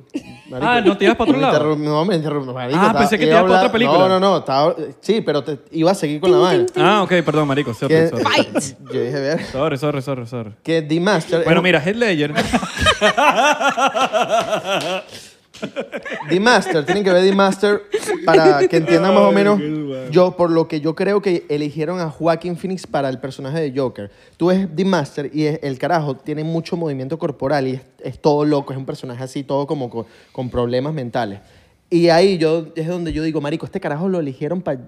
A: marico,
B: Ah, ¿no te ibas para otro
A: me
B: lado?
A: interrum- No, me interrumpo. marico,
B: Ah,
A: estaba-
B: pensé que te
A: iba a
B: ibas para
A: hablar-
B: otra película.
A: No, no, no. estaba- sí, pero te, iba a seguir con la vaina.
B: Ah, ok, perdón, marico.
A: Que-
B: Sorry, sorry.
A: Yo dije, ver.
B: Sorry, sorry, sorry, sorry.
A: Que The Master.
B: Bueno,
A: es-
B: mira, Heath Ledger. [LAUGHS]
A: The Master, tienen que ver The Master para que entiendan más o menos. Yo, por lo que yo creo que eligieron a Joaquin Phoenix para el personaje de Joker. Tú ves The Master y es- el carajo tiene mucho movimiento corporal y es, es todo loco, es un personaje así, todo como co- con, problemas mentales. Y ahí yo es donde yo digo, marico, este carajo lo eligieron para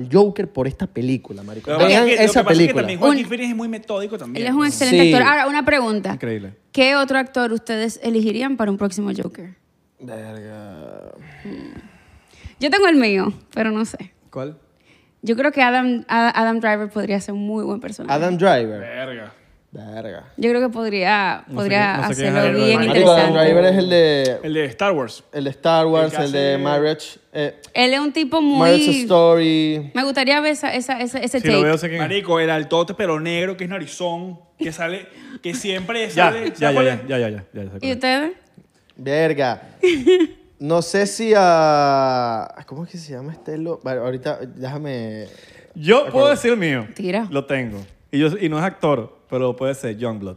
A: el Joker por esta película, marico.
D: Lo que pasa
A: Vean
D: es que- lo que
A: esa
D: pasa es que
A: película.
D: también Joaquín
C: Un-
D: Phoenix es muy metódico también.
C: Él es un excelente
A: Sí.
C: actor. Ahora, una pregunta.
B: Increíble.
C: ¿Qué otro actor ustedes elegirían para un próximo Joker?
A: Verga.
C: Yo tengo el mío, pero no sé.
B: ¿Cuál?
C: Yo creo que Adam, Ad- Adam Driver podría ser un muy buen personaje.
A: Adam Driver.
D: Verga.
A: Verga.
C: Yo creo que podría,
B: No sé
C: podría
B: qué- no sé qué es
C: hacerlo
B: Adam
C: bien
B: Driver.
A: Marico, Adam
C: interesante.
A: Driver es el de
D: El de Star Wars.
A: el de Star Wars,
D: El
A: el,
D: que
A: de
D: hace-
A: Marriage, eh,
C: Él es un tipo
A: Marriage
C: muy...
A: Story.
C: Me gustaría ver esa, esa- esa- ese
B: Si
C: take.
B: lo veo, sé quién es.
D: Marico, el altote pero negro que es narizón, que sale, que siempre
B: [LAUGHS] Ya,
D: sale.
B: ya,
D: ¿sabes
B: ya,
D: cuál
B: ya,
D: es?
B: ya, ya, ya, ya, sé cuál
C: ¿Y
B: es.
C: ustedes? [LAUGHS]
A: Verga. No sé si a. ¿Cómo es que se llama este lo- Vale, ahorita déjame.
B: Yo puedo decir el mío.
C: Tira.
B: Lo tengo. Y, yo, y no es actor, pero puede ser Youngblood.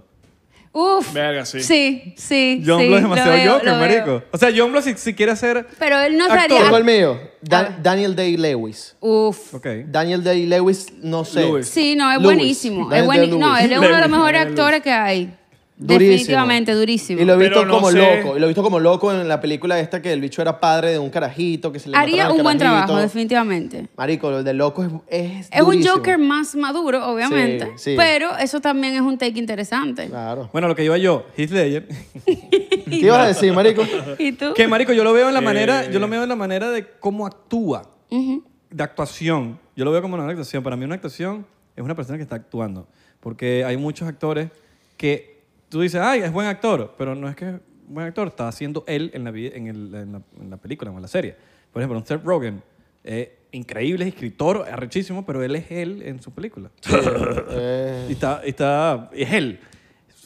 C: Uf.
D: Verga, sí.
C: Sí, sí, sí,
B: Youngblood es
C: lo
B: demasiado
C: veo,
B: Joker,
C: lo veo.
B: marico. O sea, Youngblood si, si quiere hacer...
C: Pero él no
B: Actor.
A: Tengo el
C: daría...
A: mío. Dan-
C: Ah.
A: Daniel Day Lewis.
C: Uf.
B: Ok.
A: Daniel Day Lewis, no sé.
D: Lewis.
C: Sí, no, es
A: Lewis.
C: buenísimo. Es
A: Daniel
C: bueni-
A: Day-Lewis.
C: No, él es uno de los
D: Lewis.
C: mejores actores que hay.
A: Durísimo.
C: Definitivamente, durísimo.
A: Y lo he visto
D: Pero no
A: como
D: sé.
A: loco. Y lo he visto como loco en la película esta que el bicho era padre de un carajito que se le
C: Haría
A: mataron al
C: un buen
A: carajito.
C: trabajo, definitivamente.
A: Marico, el de loco es. Es,
C: Es un
A: durísimo.
C: Joker más maduro, obviamente.
A: Sí, sí.
C: Pero eso también es un take interesante.
A: Claro.
B: Bueno, lo que iba yo, Heath Ledger.
A: ¿Qué ibas a decir, Marico?
C: ¿Y tú?
B: que, marico, yo lo veo en la manera... Yo lo veo en la manera de cómo actúa. De actuación. Yo lo veo como una actuación. Para mí una actuación es una persona que está actuando. Porque hay muchos actores que tú dices, ay, es buen actor. Pero no es que es buen actor. Está haciendo él en la, vi- en el- en la, en la película o en la serie. Por ejemplo, un Seth Rogen. eh, increíble, escritor, arrechísimo, pero él es él en su película. Y está, está, es él.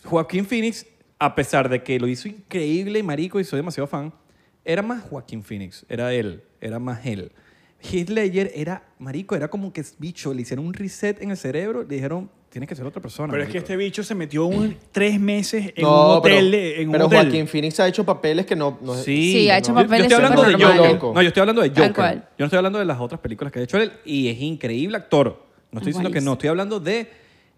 B: Joaquín Phoenix, a pesar de que lo hizo increíble, marico, y soy demasiado fan, era más Joaquín Phoenix, era él, era más él. Heath Ledger era, marico, era como que, bicho, le hicieron un reset en el cerebro, le dijeron, tienes que ser otra persona.
D: Pero es que
B: marico".
D: este bicho se metió un, tres meses en
A: No,
D: un hotel.
A: pero,
D: de- en un
A: pero
D: hotel.
A: Joaquín Phoenix ha hecho papeles que no. no
B: Sí,
C: Sí, ha hecho
B: Yo-
C: papeles
B: Yo estoy hablando de
A: súper
B: Joker.
A: normales.
B: No, yo estoy hablando de
C: Tal
B: Joker.
C: cual.
B: Yo no estoy hablando de las otras películas que ha hecho él y es increíble actor. No estoy
C: Es
B: diciendo que no,
C: buenísimo.
B: estoy hablando de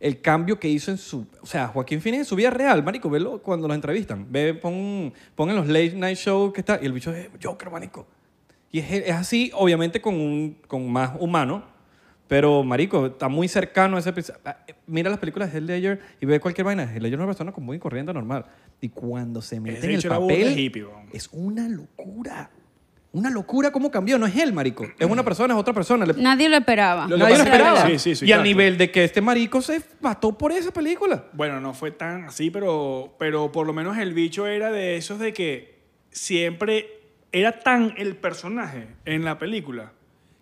B: el cambio que hizo en su, o sea, Joaquín Phoenix en su vida real, marico, velo cuando los entrevistan, ve pon, pon en los late night show que está y el bicho es Joker, marico. Y es, es así, obviamente con un con más humano, pero marico, está muy cercano a ese pers- ah, eh, mira las películas de Heath Ledger y ve cualquier vaina, Heath Ledger es una persona con muy burda y corriente normal y cuando se mete en el
D: bicho era burda de
B: papel
D: hippie, weón.
B: es una locura. Una locura cómo cambió. No es él, marico. Es una persona, es otra persona. Le-
C: Nadie lo esperaba.
B: Nadie
D: Lo-
B: lo
D: pasa es que-
B: esperaba.
D: Sí, sí, sí,
B: y
D: claro.
B: al nivel de que este marico se mató por esa película.
D: Bueno, no fue tan así, pero, pero por lo menos el bicho era de esos de que siempre era tan el personaje en la película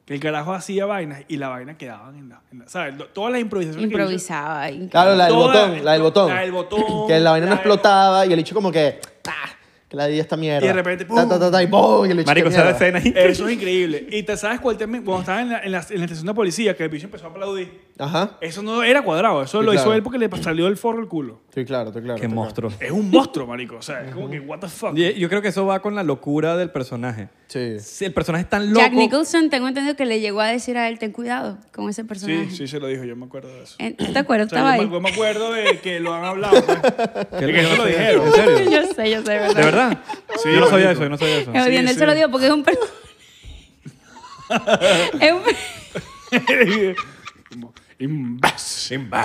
D: que el carajo hacía vainas y la vaina quedaban en la... en la- ¿Sabes? Lo- Todas las improvisaciones que hizo-
C: Improvisaba. ahí.
A: Claro, la del
D: Toda-
A: botón, la del botón.
D: la del botón,
A: Que la vaina
D: la
A: no
D: del-
A: explotaba y el hecho como que. ¡pah! que la di esta mierda.
D: Y de repente,
A: Ta, ta, ta, ta, y ¡boom! Y le eché
F: Marico,
A: que
F: esa
A: mierda.
F: escena ahí.
D: Eso es increíble. Y te sabes cuál también, cuando estaba en la, en la- en la estación de policía, que el bicho empezó a aplaudir.
A: Ajá.
D: Eso no era cuadrado, eso
A: Sí,
D: lo hizo
A: claro.
D: él porque le salió el forro el culo.
A: Estoy claro, estoy claro.
B: Qué
A: estoy claro.
B: monstruo.
D: Es un monstruo, marico. O sea, es como que, what the fuck.
B: Y- eh, Yo creo que eso va con la locura del personaje.
A: Sí.
B: Si el personaje es tan loco.
C: Jack Nicholson, tengo entendido que le llegó a decir a él, ten cuidado con ese personaje.
D: Sí, sí se lo dijo, yo me acuerdo de eso.
C: Eh, ¿Tú te acuerdas?
D: O sea,
C: Estaba
D: yo,
C: ahí.
D: me, yo me acuerdo de que lo han hablado. pues.
B: Que
D: Es que no lo
B: sé,
D: dijeron.
B: ¿En serio?
C: [LAUGHS] yo sé, yo sé, ¿verdad?
B: ¿De verdad?
D: Sí,
B: yo no sabía
D: marico.
B: eso, yo no sabía eso.
C: Eh, bien, él
D: sí.
C: se lo digo porque es
D: [LAUGHS]
C: un personaje. es un
D: pues. [LAUGHS] Como, imbécil. [LAUGHS]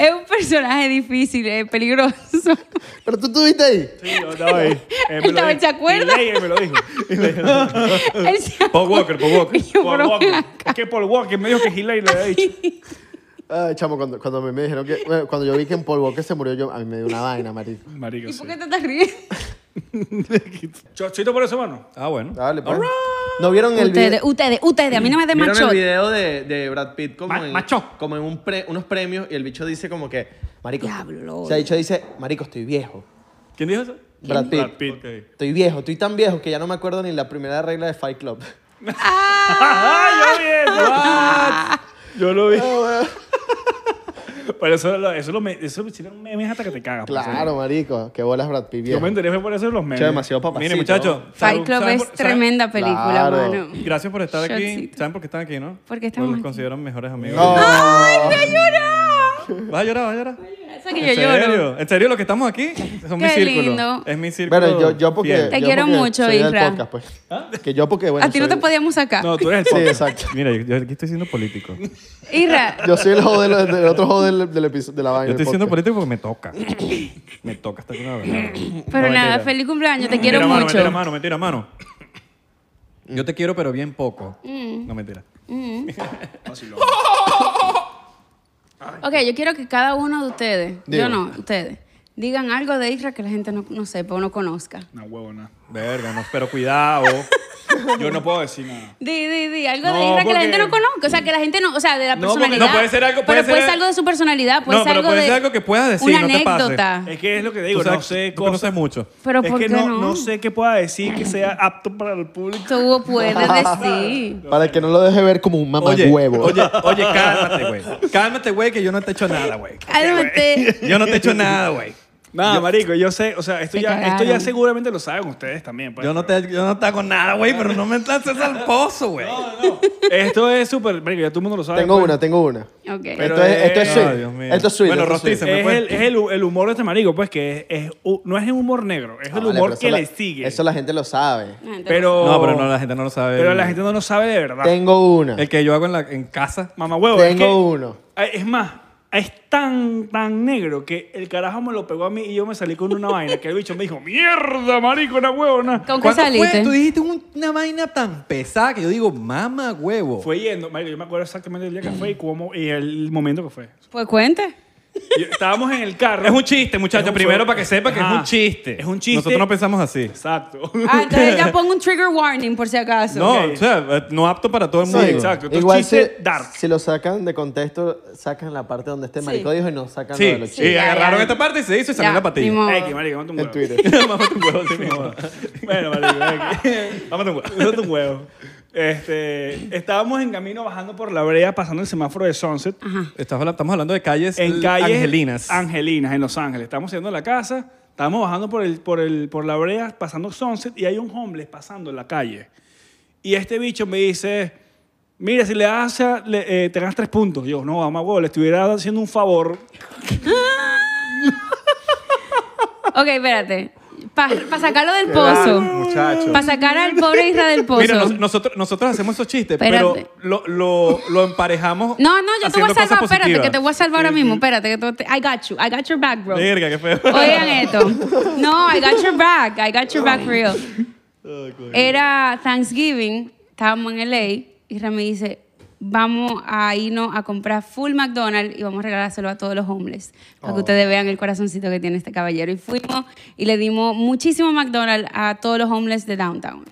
C: Es un personaje difícil, eh,
D: [LAUGHS]
C: peligroso.
A: Pero tú estuviste ahí.
D: Sí, yo estaba ahí. Él me lo
C: Estaba,
D: dijo.
C: ¿se acuerda?
D: Y Leia me lo dijo.
C: Él se-
B: Paul Walker, Paul Walker.
C: Y [LAUGHS] yo,
D: Paul
C: pero ven
D: Walker.
C: acá.
D: Es que Paul Walker me dijo que Hillary le había dicho.
A: Ay, chamo, cuando, cuando me, me dijeron que. bueno, cuando yo vi que en Paul Walker se murió, yo, a mí me dio una vaina, marico.
C: [LAUGHS]
D: Marico,
C: ¿Y
D: sí.
C: por qué te estás riendo?
D: Chocito por eso, mano.
B: Ah, bueno.
A: Dale, pues. ¿No vieron el
C: Ustedes,
A: video?
C: ustedes, ustedes, a mí no me den
A: ¿Vieron
C: macho.
A: el video de, de Brad Pitt como
F: Ma-
A: en,
F: macho.
A: Como en un pre- unos premios y el bicho dice como que, marico,
C: Diablo.
A: o sea, el bicho dice, marico, estoy viejo.
B: ¿Quién dijo eso?
A: Brad Pitt.
D: Brad Pitt.
A: Estoy viejo, estoy tan viejo que ya no me acuerdo ni la primera regla de Fight Club. [LAUGHS]
D: ¡Ay, yo vi eso!
A: Ah.
D: Yo lo vi. [LAUGHS] Pero eso, lo- eso, lo, me- eso lo hicieron memes hasta que te cagas. pues,
A: Claro, marico, que bolas Brad Pitt
D: Yo
A: viejo.
D: me enteré fue por eso de los memes.
A: Che, demasiado papacito.
B: Miren, muchachos.
C: Fight
B: ¿saben-
C: Club
B: saben
C: es
B: por- saben-
C: tremenda película,
A: Claro.
C: mano.
B: Gracias por estar aquí.
C: Shotcito.
B: ¿Saben por qué están aquí, no?
C: ¿Por qué estamos
B: Porque los
C: aquí?
B: consideran mejores amigos.
A: No.
B: ¿Vas a llorar? ¿Vas a llorar?
C: Eso que
B: ¿En
C: yo lloro.
B: serio? ¿En serio? Los que estamos aquí son mi
C: Qué
B: círculo.
C: lindo.
B: Es mi círculo.
A: Bueno, yo, yo porque...
B: fiel.
C: Te
A: yo
C: quiero
A: porque
C: mucho,
A: soy del
C: Isra.
A: podcast, pues. Que yo porque, bueno,
C: A ti no
A: soy-
C: te podíamos sacar.
D: No, tú eres el
A: Sí,
D: podcast.
A: exacto.
B: Mira, yo, yo aquí estoy siendo político. Yo
C: Irra,
A: Yo soy el joder del, del otro joder del, del episodio de la vaina.
B: estoy
A: del
B: siendo
A: podcast.
B: político porque me toca. Me toca estar aquí una verdad.
C: pero
B: No,
C: nada,
B: mentira.
C: feliz cumpleaños, te
B: Mentira,
C: quiero
B: mano,
C: mucho.
B: mentira, mano, mentira, mano. Yo te quiero, pero bien poco.
C: Mm.
B: No, mentira.
C: Ok, yo quiero que cada uno de ustedes,
A: Digo.
C: yo no, ustedes, digan algo de Isra que la gente no, no sepa o no conozca.
D: No, huevo, nada.
B: Verga, no, pero cuidado.
D: Yo no puedo decir nada.
C: Di, di, di, algo
D: No,
C: de Isra que
D: porque-
C: la gente no conozca. O sea, que la gente no, o sea, de la
D: No, porque-
C: personalidad.
B: no, puede ser algo- puede
C: pero puede
B: ser-
C: ser algo de su personalidad, puede
B: No,
C: ser
B: pero
C: algo
B: puede
C: de.
B: ser algo que puedas decir,
C: Una
B: no te pases.
C: anécdota.
D: Es que es lo que digo,
B: Tú sabes
D: no sé
B: que- tú que no
D: cosas.
B: sabes mucho.
C: Pero
D: es
C: ¿por
D: que
C: qué
D: no,
C: no?
D: sé qué pueda decir que sea apto para el público.
C: Tú
A: [LAUGHS]
C: puedes decir.
A: Para que no lo deje ver como un
B: Oye,
A: mamagüevo.
B: oye, oye, cálmate, güey. Cálmate, güey, que yo no te he hecho nada, güey.
C: Cálmate.
B: Yo no te he hecho nada, güey.
D: Nada, marico, yo sé, o sea, esto
C: Te
D: ya, esto
C: cagaron.
D: ya seguramente lo saben ustedes también. pues,
B: Yo no te, yo no te hago nada, güey, pero no me lances al pozo, güey.
D: pero- Esto es súper, marico, ya todo el mundo lo
A: [LAUGHS]
D: sabe.
A: Tengo
D: pues.
A: una, tengo una.
C: Ok.
D: Pero
A: esto es, esto es
D: es-
A: sweet.
B: Ay, Dios mío.
A: Esto es sweet.
B: Bueno,
A: esto es sweet.
B: rostiza. me
D: Este, Es,
B: fue.
D: el, es el, el humor de este marico, pues, que es, es hu- no es el humor negro, es
A: Ah,
D: el
A: vale,
D: humor
A: pero eso
D: que
A: la-
D: le sigue.
A: Eso la gente lo sabe.
C: La gente
D: pero,
B: No, pero no, la gente no lo sabe.
D: pero la gente no lo sabe de verdad.
A: Tengo una.
B: El que yo hago en, la, en casa.
D: Mamá huevo. es
A: Tengo
D: que-
A: uno.
D: Ay, Es más, es tan, tan negro que el carajo me lo pegó a mí y yo me salí con una vaina que el bicho me dijo, mierda, marico, una huevona.
C: ¿Con qué
B: ¿Cuándo
C: saliste?
B: fue? Tú dijiste un- una vaina tan pesada que yo digo, mamá huevo.
D: Fue yendo, marico, yo me acuerdo exactamente el día que fue y, cómo, y el momento que fue.
C: Pues cuente.
D: Y estábamos en el carro.
B: Es un chiste, muchachos.
D: Es un-
B: Primero, para que sepa que
D: Ajá.
B: es un chiste.
D: Es un chiste.
B: Nosotros no pensamos así.
D: Exacto.
C: Ah,
B: [LAUGHS]
C: entonces ya pongo un trigger warning por si acaso.
B: No,
D: Ok.
B: o sea, eh, no apto para todo el
A: Sí,
B: mundo.
D: exacto. Entonces,
A: Igual si,
D: chiste dark.
A: si lo sacan de contexto, sacan la parte donde este marico dijo y no sacan lo
B: Sí,
A: de los
B: y
A: chistes.
C: ya,
B: agarraron
C: ya.
B: esta parte y se hizo y salió
C: Ya,
B: la patilla.
C: ni
B: [LAUGHS]
C: modo.
D: [LAUGHS] Ay, que marico, mámate un huevo.
A: En Twitter.
B: Mámate un huevo, sí mismo.
D: [LAUGHS] Bueno, marico, ay, [LAUGHS] que-
B: Mámate un huevo.
D: mámate un huevo. Este, estábamos en camino bajando por la brea, pasando el semáforo de Sunset.
B: Estás habla- Estamos hablando de calles
D: en
B: l-
D: calles
B: angelinas.
D: Angelinas, en Los Ángeles. Estamos yendo a la casa, estamos bajando por, el, por, el, por la brea, pasando Sunset, y hay un homeless pasando en la calle. Y este bicho me dice, mira, si le das, a- le- eh, te ganas tres puntos. Yo, no, mamá, huevo, le estuviera haciendo un favor.
C: Ok, espérate. Para sacarlo del
A: Claro,
C: pozo.
A: Muchachos.
C: Para sacar al pobre Isra del pozo.
B: Mira, nos- nosotros, nosotros hacemos esos chistes,
C: Espérate.
B: pero lo, lo, lo emparejamos.
C: No, no, yo te
B: haciendo
C: voy a
B: cosas
C: salvar, espérate,
B: positivas.
C: que te voy a salvar ahora mismo, espérate, que te, te- I got you, I got your back, bro.
B: Verga, qué feo. [LAUGHS]
C: Oigan esto. No, I got your back, I got your back real. Era Thanksgiving, estábamos en LA, Isra me dice, vamos a irnos a comprar full McDonald's y vamos a regalárselo a todos los homeless, para
B: Oh.
C: que ustedes vean el corazoncito que tiene este caballero. Y fuimos y le dimos muchísimo McDonald's a todos los homeless de downtown.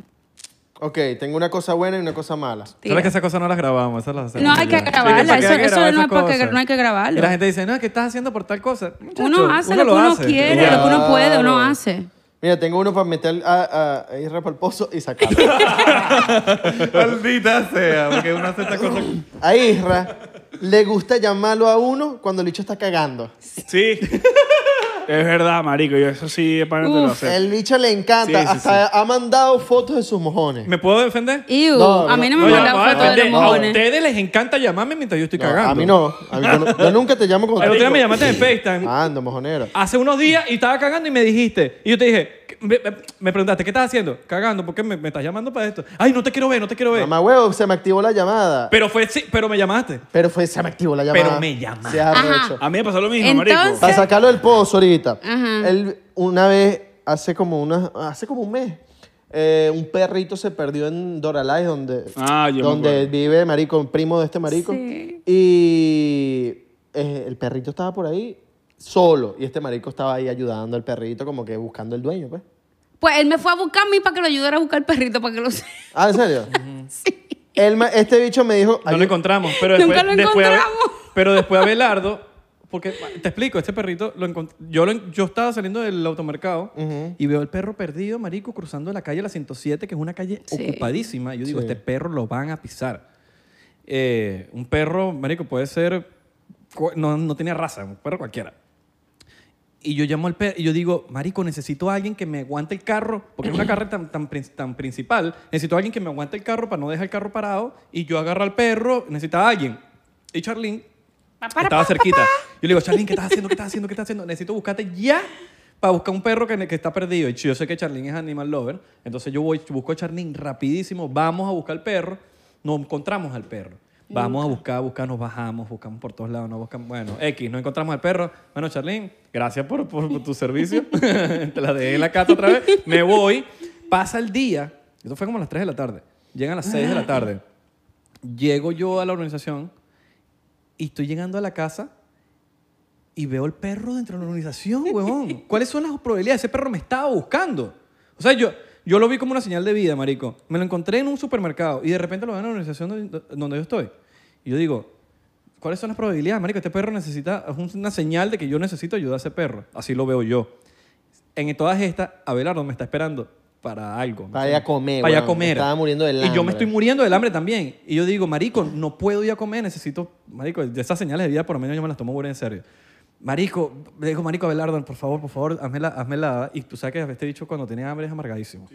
A: Ok, tengo una cosa buena y una cosa mala.
B: Sabes que
C: Tira.
B: esas cosas no las grabamos, esas las hacemos
C: No hay que
B: ya. ¿Para
C: grabarla,
B: qué hay
C: eso,
B: que
C: eso
B: grabar
C: no,
B: esas
C: es para que,
B: cosas?
C: no hay que
B: Y
C: grabarlo.
B: la gente dice, no, ¿qué estás haciendo por tal cosa? Muchacho,
C: uno hace lo que uno
B: hace.
C: quiere,
A: Ya.
C: lo que uno puede, uno hace.
A: Mira, tengo uno para meter a, a, a Isra pa'l pozo y sacarlo.
B: [LAUGHS]
F: Maldita sea, porque uno hace
B: [LAUGHS]
F: estas cosas.
A: A Isra le gusta llamarlo a uno cuando el bicho está cagando.
C: [LAUGHS]
D: Sí. es verdad, marico. Yo eso sí, para no te lo
C: Uf.
D: hacer.
A: El bicho le encanta.
D: Sí, sí,
A: Hasta ha mandado fotos de sus mojones.
B: ¿Me puedo defender?
C: Iu,
A: No,
C: a mí no me
A: no,
B: ya,
C: mandan
B: voy a
C: fotos de los
B: defender. a
C: mojones.
B: ustedes les encanta llamarme mientras yo estoy
A: No,
B: cagando.
A: a mí no. A mí, yo, no- yo nunca te llamo
B: [LAUGHS]
A: cuando
B: El otro día
A: estoy
B: me llamaste en FaceTime. Ah,
A: Ando, mojonero.
B: Hace unos días y estaba cagando y me dijiste. Y yo te dije, ¿qué- me, me- me preguntaste, ¿qué estás haciendo? Cagando, ¿por qué me, me estás llamando para esto? Ay, no te quiero ver, no te quiero ver.
A: Mamá huevo, se me activó la llamada.
B: Pero fue, sí, pero me llamaste.
A: Pero fue, se me activó la llamada.
B: Pero me llama.
A: Se arrecho.
D: A mí me pasó lo mismo,
C: Entonces-
D: marico.
A: Para sacarlo del pozo ahorita.
C: Ajá.
A: Él una vez, hace como una, hace como un mes, eh, un perrito se perdió en Doralais, donde,
D: Ah, yo me
A: donde
D: acuerdo.
A: vive marico, un primo de este marico.
C: Sí.
A: Y eh, el perrito estaba por ahí solo. Y este marico estaba ahí ayudando al perrito, como que buscando el dueño, pues.
C: Pues él me fue a buscar a mí para que lo ayudara a buscar el perrito, para que lo... [LAUGHS]
A: Ah, ¿en serio? El ma- este bicho me dijo...
B: No lo
A: "Ayu-
B: encontramos. Pero
C: Nunca
B: después,
C: lo
B: después a-
C: encontramos.
B: pero después Abelardo, porque te explico, este perrito, lo encont- yo, lo en- yo estaba saliendo del automercado y veo el perro perdido, marico, cruzando la calle, la 107, que es una calle
C: Sí.
B: ocupadísima. Y yo digo, este perro lo van a pisar. Eh, un perro, marico, puede ser, cu- no, no tiene raza, un perro cualquiera. Y yo llamo al perro y yo digo, marico, necesito a alguien que me aguante el carro, porque es una carrera tan, tan, prin- tan principal. Necesito a alguien que me aguante el carro para no dejar el carro parado. Y yo agarro al perro, necesitaba a alguien. Y Charlene
C: Pa, para,
B: estaba
C: pa,
B: cerquita. Yo le digo, Charlene, ¿qué estás haciendo? ¿Qué estás haciendo? ¿Qué estás haciendo? Necesito buscarte ya para buscar un perro que, que está perdido. Y yo sé que Charlene es animal lover. Entonces yo voy, busco a Charlene rapidísimo. Vamos a buscar al perro. Nos encontramos al perro. Vamos a buscar, a buscar, nos bajamos, buscamos por todos lados, nos buscamos. Bueno, X, nos encontramos al perro. Bueno, Charlene, gracias por, por- por tu servicio. [LAUGHS] Te la dejé en la cata otra vez. Me voy. Pasa el día. Esto fue como a las 3 de la tarde. Llegan a las 6 de la tarde. Llego yo a la organización y estoy llegando a la casa y veo el perro dentro de la organización, huevón. ¿Cuáles son las probabilidades? Ese perro me estaba buscando. O sea, yo, yo lo vi como una señal de vida, marico. Me lo encontré en un supermercado y de repente lo veo en la organización donde, donde yo estoy. Y yo digo, ¿cuáles son las probabilidades, marico? Este perro necesita, es una señal de que yo necesito ayudar a ese perro. Así lo veo yo. En todas estas, Abelardo me está esperando para algo.
A: Para ir a comer,
B: Para ir a
A: huevón.
B: comer.
A: Estaba muriendo del
B: Y yo me
A: hambre.
B: estoy muriendo del hambre también. Y yo digo, marico, no puedo ir a comer, necesito, marico, de esas señales de vida por lo menos yo me las tomo muy en serio. Marico, le digo, marico, Abelardo, por favor, por favor, hazme la, hazme la- Y tú sabes que este bicho cuando tiene hambre es amargadísimo.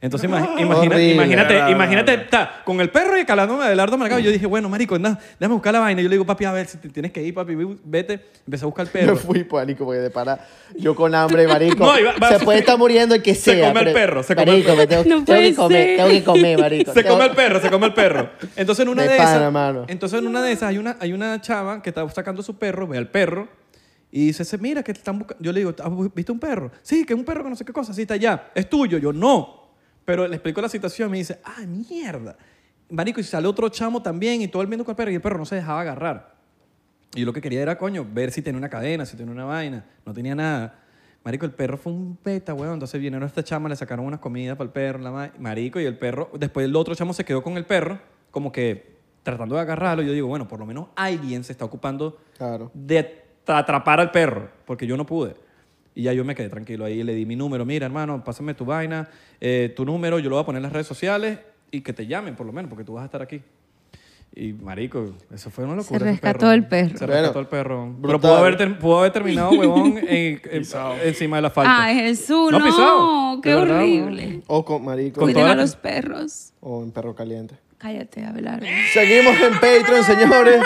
B: Entonces
A: [LAUGHS]
B: imagi- imagina-
A: Horrible.
B: imagínate,
D: Claro,
B: imagínate,
D: claro.
B: está con el perro y calándome a Abelardo amargado. Y Yo dije, bueno, marico, anda, déjame buscar la vaina. Y yo le digo, papi, a ver, si te tienes que ir, papi, vete. Empecé a buscar
A: Yo
B: el perro.
A: fui, pánico, porque de para yo con hambre, marico.
B: [LAUGHS] No, y va- va-
A: se puede estar muriendo el que
B: Se
A: sea.
B: come al
A: pero-
B: perro, se come al
A: marico,
B: perro.
A: me tengo,
C: [LAUGHS]
A: tengo
C: No
A: que
C: puede
A: comer,
C: ser.
A: tengo que comer, marico.
B: [LAUGHS] Se
A: Tengo-
B: come el perro, se come el perro. Entonces en una
A: De
B: de,
A: pana,
B: esas,
A: mano.
B: entonces en una de esas hay una hay una chava que está sacando su perro, ve al perro y dice, "Se- "Mira que te están buscando." Yo le digo, "¿Has bu- ¿viste un perro?" "Sí, que es un perro que no sé qué cosa, sí está allá. Es tuyo." Yo, "No." Pero le explico la situación, me dice, "Ah, mierda." Marico, y sale otro chamo también y todo el mundo con el perro y el perro no se dejaba agarrar. Y yo lo que quería era, coño, ver si tenía una cadena, si tenía una vaina. No tenía nada. Marico, el perro fue un beta, weón. Entonces vinieron a esta chama, le sacaron unas comidas para el perro, la ma- Marico, y el perro, después el otro chamo se quedó con el perro, como que tratando de agarrarlo. Yo digo, bueno, por lo menos alguien se está ocupando
A: Claro.
B: de tra- atrapar al perro, porque yo no pude. Y ya yo me quedé tranquilo ahí, le di mi número, mira hermano, pásame tu vaina, eh, tu número, yo lo voy a poner en las redes sociales y que te llamen por lo menos, porque tú vas a estar aquí. Y marico, eso fue una locura. ese
C: rescató el perro.
B: Se
A: Bueno,
B: rescató el perro. Pero
A: brutal.
B: pudo haber, ter- pudo haber
C: [LAUGHS]
B: terminado, huevón, en- en- encima de la falta.
C: Ay, Ah, Jesús,
B: No,
C: no,
B: pisado.
C: qué
B: De verdad,
C: horrible.
A: O con marico.
B: Con
C: Cuiden
B: toda
C: a
B: la-
C: los perros.
A: O en perro caliente.
C: Cállate, Abelardo.
A: Seguimos en Patreon, señores.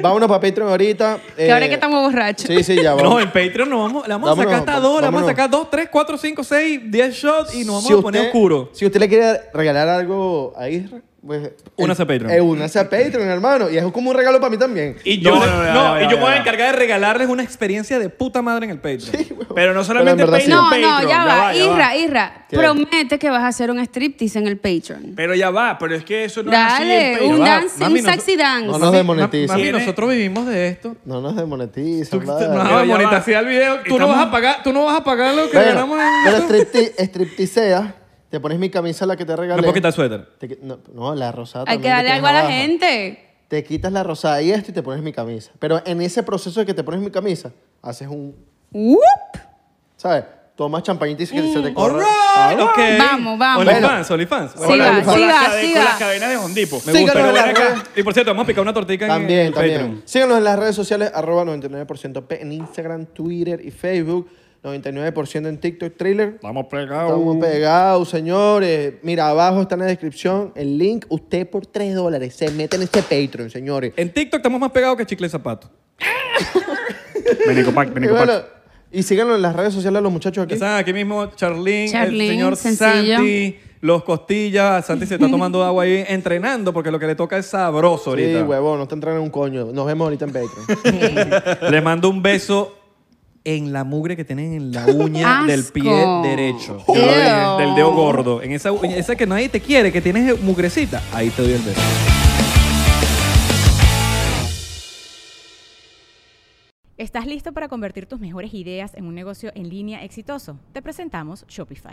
A: Vámonos para Patreon ahorita. eh,
C: Que ahora que estamos borrachos.
A: Sí, sí, ya
B: No,
A: vamos.
B: en Patreon nos vamos, le vamos a
A: Vámonos,
B: sacar hasta dos, le vamos a
A: vámonos.
B: sacar dos, tres, cuatro, cinco, seis, diez shots y nos vamos a poner
A: usted,
B: oscuro.
A: Si usted le quiere regalar algo a Isra, pues.
B: Únase
A: eh,
B: a Patreon.
A: eh, únase a Patreon, hermano. Y es como un regalo para mí también.
B: Y yo,
D: No,
B: le-
D: no, no, ya,
B: no,
D: ya,
B: y
D: ya,
B: yo me voy a
D: ya.
B: encargar de regalarles una experiencia de puta madre en el Patreon.
D: Pero no solamente
A: verdad sí.
D: Patreon,
C: No, no,
D: Patreon,
C: ya va.
D: ya
C: Isra, Isra,
A: ¿Qué?
C: promete que vas a hacer un striptease en el Patreon.
D: Pero ya va, pero es que eso no es
C: Dale,
D: así. en
C: un
D: Patreon.
B: va,
C: dance,
B: mami,
C: un
B: no-
C: sexy dance.
A: No nos demoneticen.
B: Mami, nosotros vivimos de esto.
A: No nos demonetiza.
B: Tú,
A: madre.
B: no vas
D: ya
B: a
D: va.
B: monetizar el video. Tú no,
D: Estamos-
B: vas a pagar, tú no vas a pagar lo que
A: Bueno,
B: ganamos en
A: pero
B: esto.
A: stripti- striptisea Te pones mi camisa, la que te regalé.
B: Me puedo quitar el suéter.
A: Te qui- no, no, la rosada.
C: Hay que
A: también
C: darle
A: tienes
C: algo a la
A: abajo.
C: gente.
A: Te quitas la rosada y esto y te pones mi camisa. Pero en ese proceso de que te pones mi camisa, haces un.
C: ¡Whoop!
A: ¿Sabes? Tomas champañita y se, se
C: Mm.
A: te corre.
B: All right, ok.
C: Vamos, vamos.
B: OnlyFans, OnlyFans.
C: Sí va,
D: con
C: sí
D: las
C: va,
D: cade-
C: sí
D: con
C: va.
D: las cadenas de Hondipo.
B: Me
A: Síganos
B: gusta.
A: en
B: Pero
A: las
B: ven acá.
A: redes.
B: Y por cierto, vamos a picar una tortica en- en
A: También,
B: el
A: también.
B: Patreon.
A: Síganos en las redes sociales, arroba 99% P en Instagram, Twitter y Facebook, 99% en TikTok, Trailer.
B: Vamos pegados.
A: Estamos pegados, señores. Mira, abajo está en la descripción el link. Usted por 3 dólares se mete en este Patreon, señores.
B: En TikTok estamos más pegados que chicle y zapato.
D: Venico Pac,
A: Y,
D: Venico
A: bueno,
D: Pac.
A: y síganos en las redes sociales a los muchachos aquí.
B: Están aquí mismo Charlín, el
C: Charlín,
B: señor
C: sencillo.
B: Santi, los costillas. Santi se está tomando agua ahí, entrenando, porque lo que le toca es sabroso ahorita.
A: Sí, huevón, no te entran en un coño. Nos vemos ahorita en Patreon.
B: Le mando un beso en la mugre que tienen en la uña
C: Asco.
B: del pie derecho. Yo lo
C: Ew.
B: dije, del dedo gordo. En esa, uña- esa que nadie te quiere, que tienes mugrecita. Ahí te doy el beso.
G: ¿Estás listo para convertir tus mejores ideas en un negocio en línea exitoso? Te presentamos Shopify.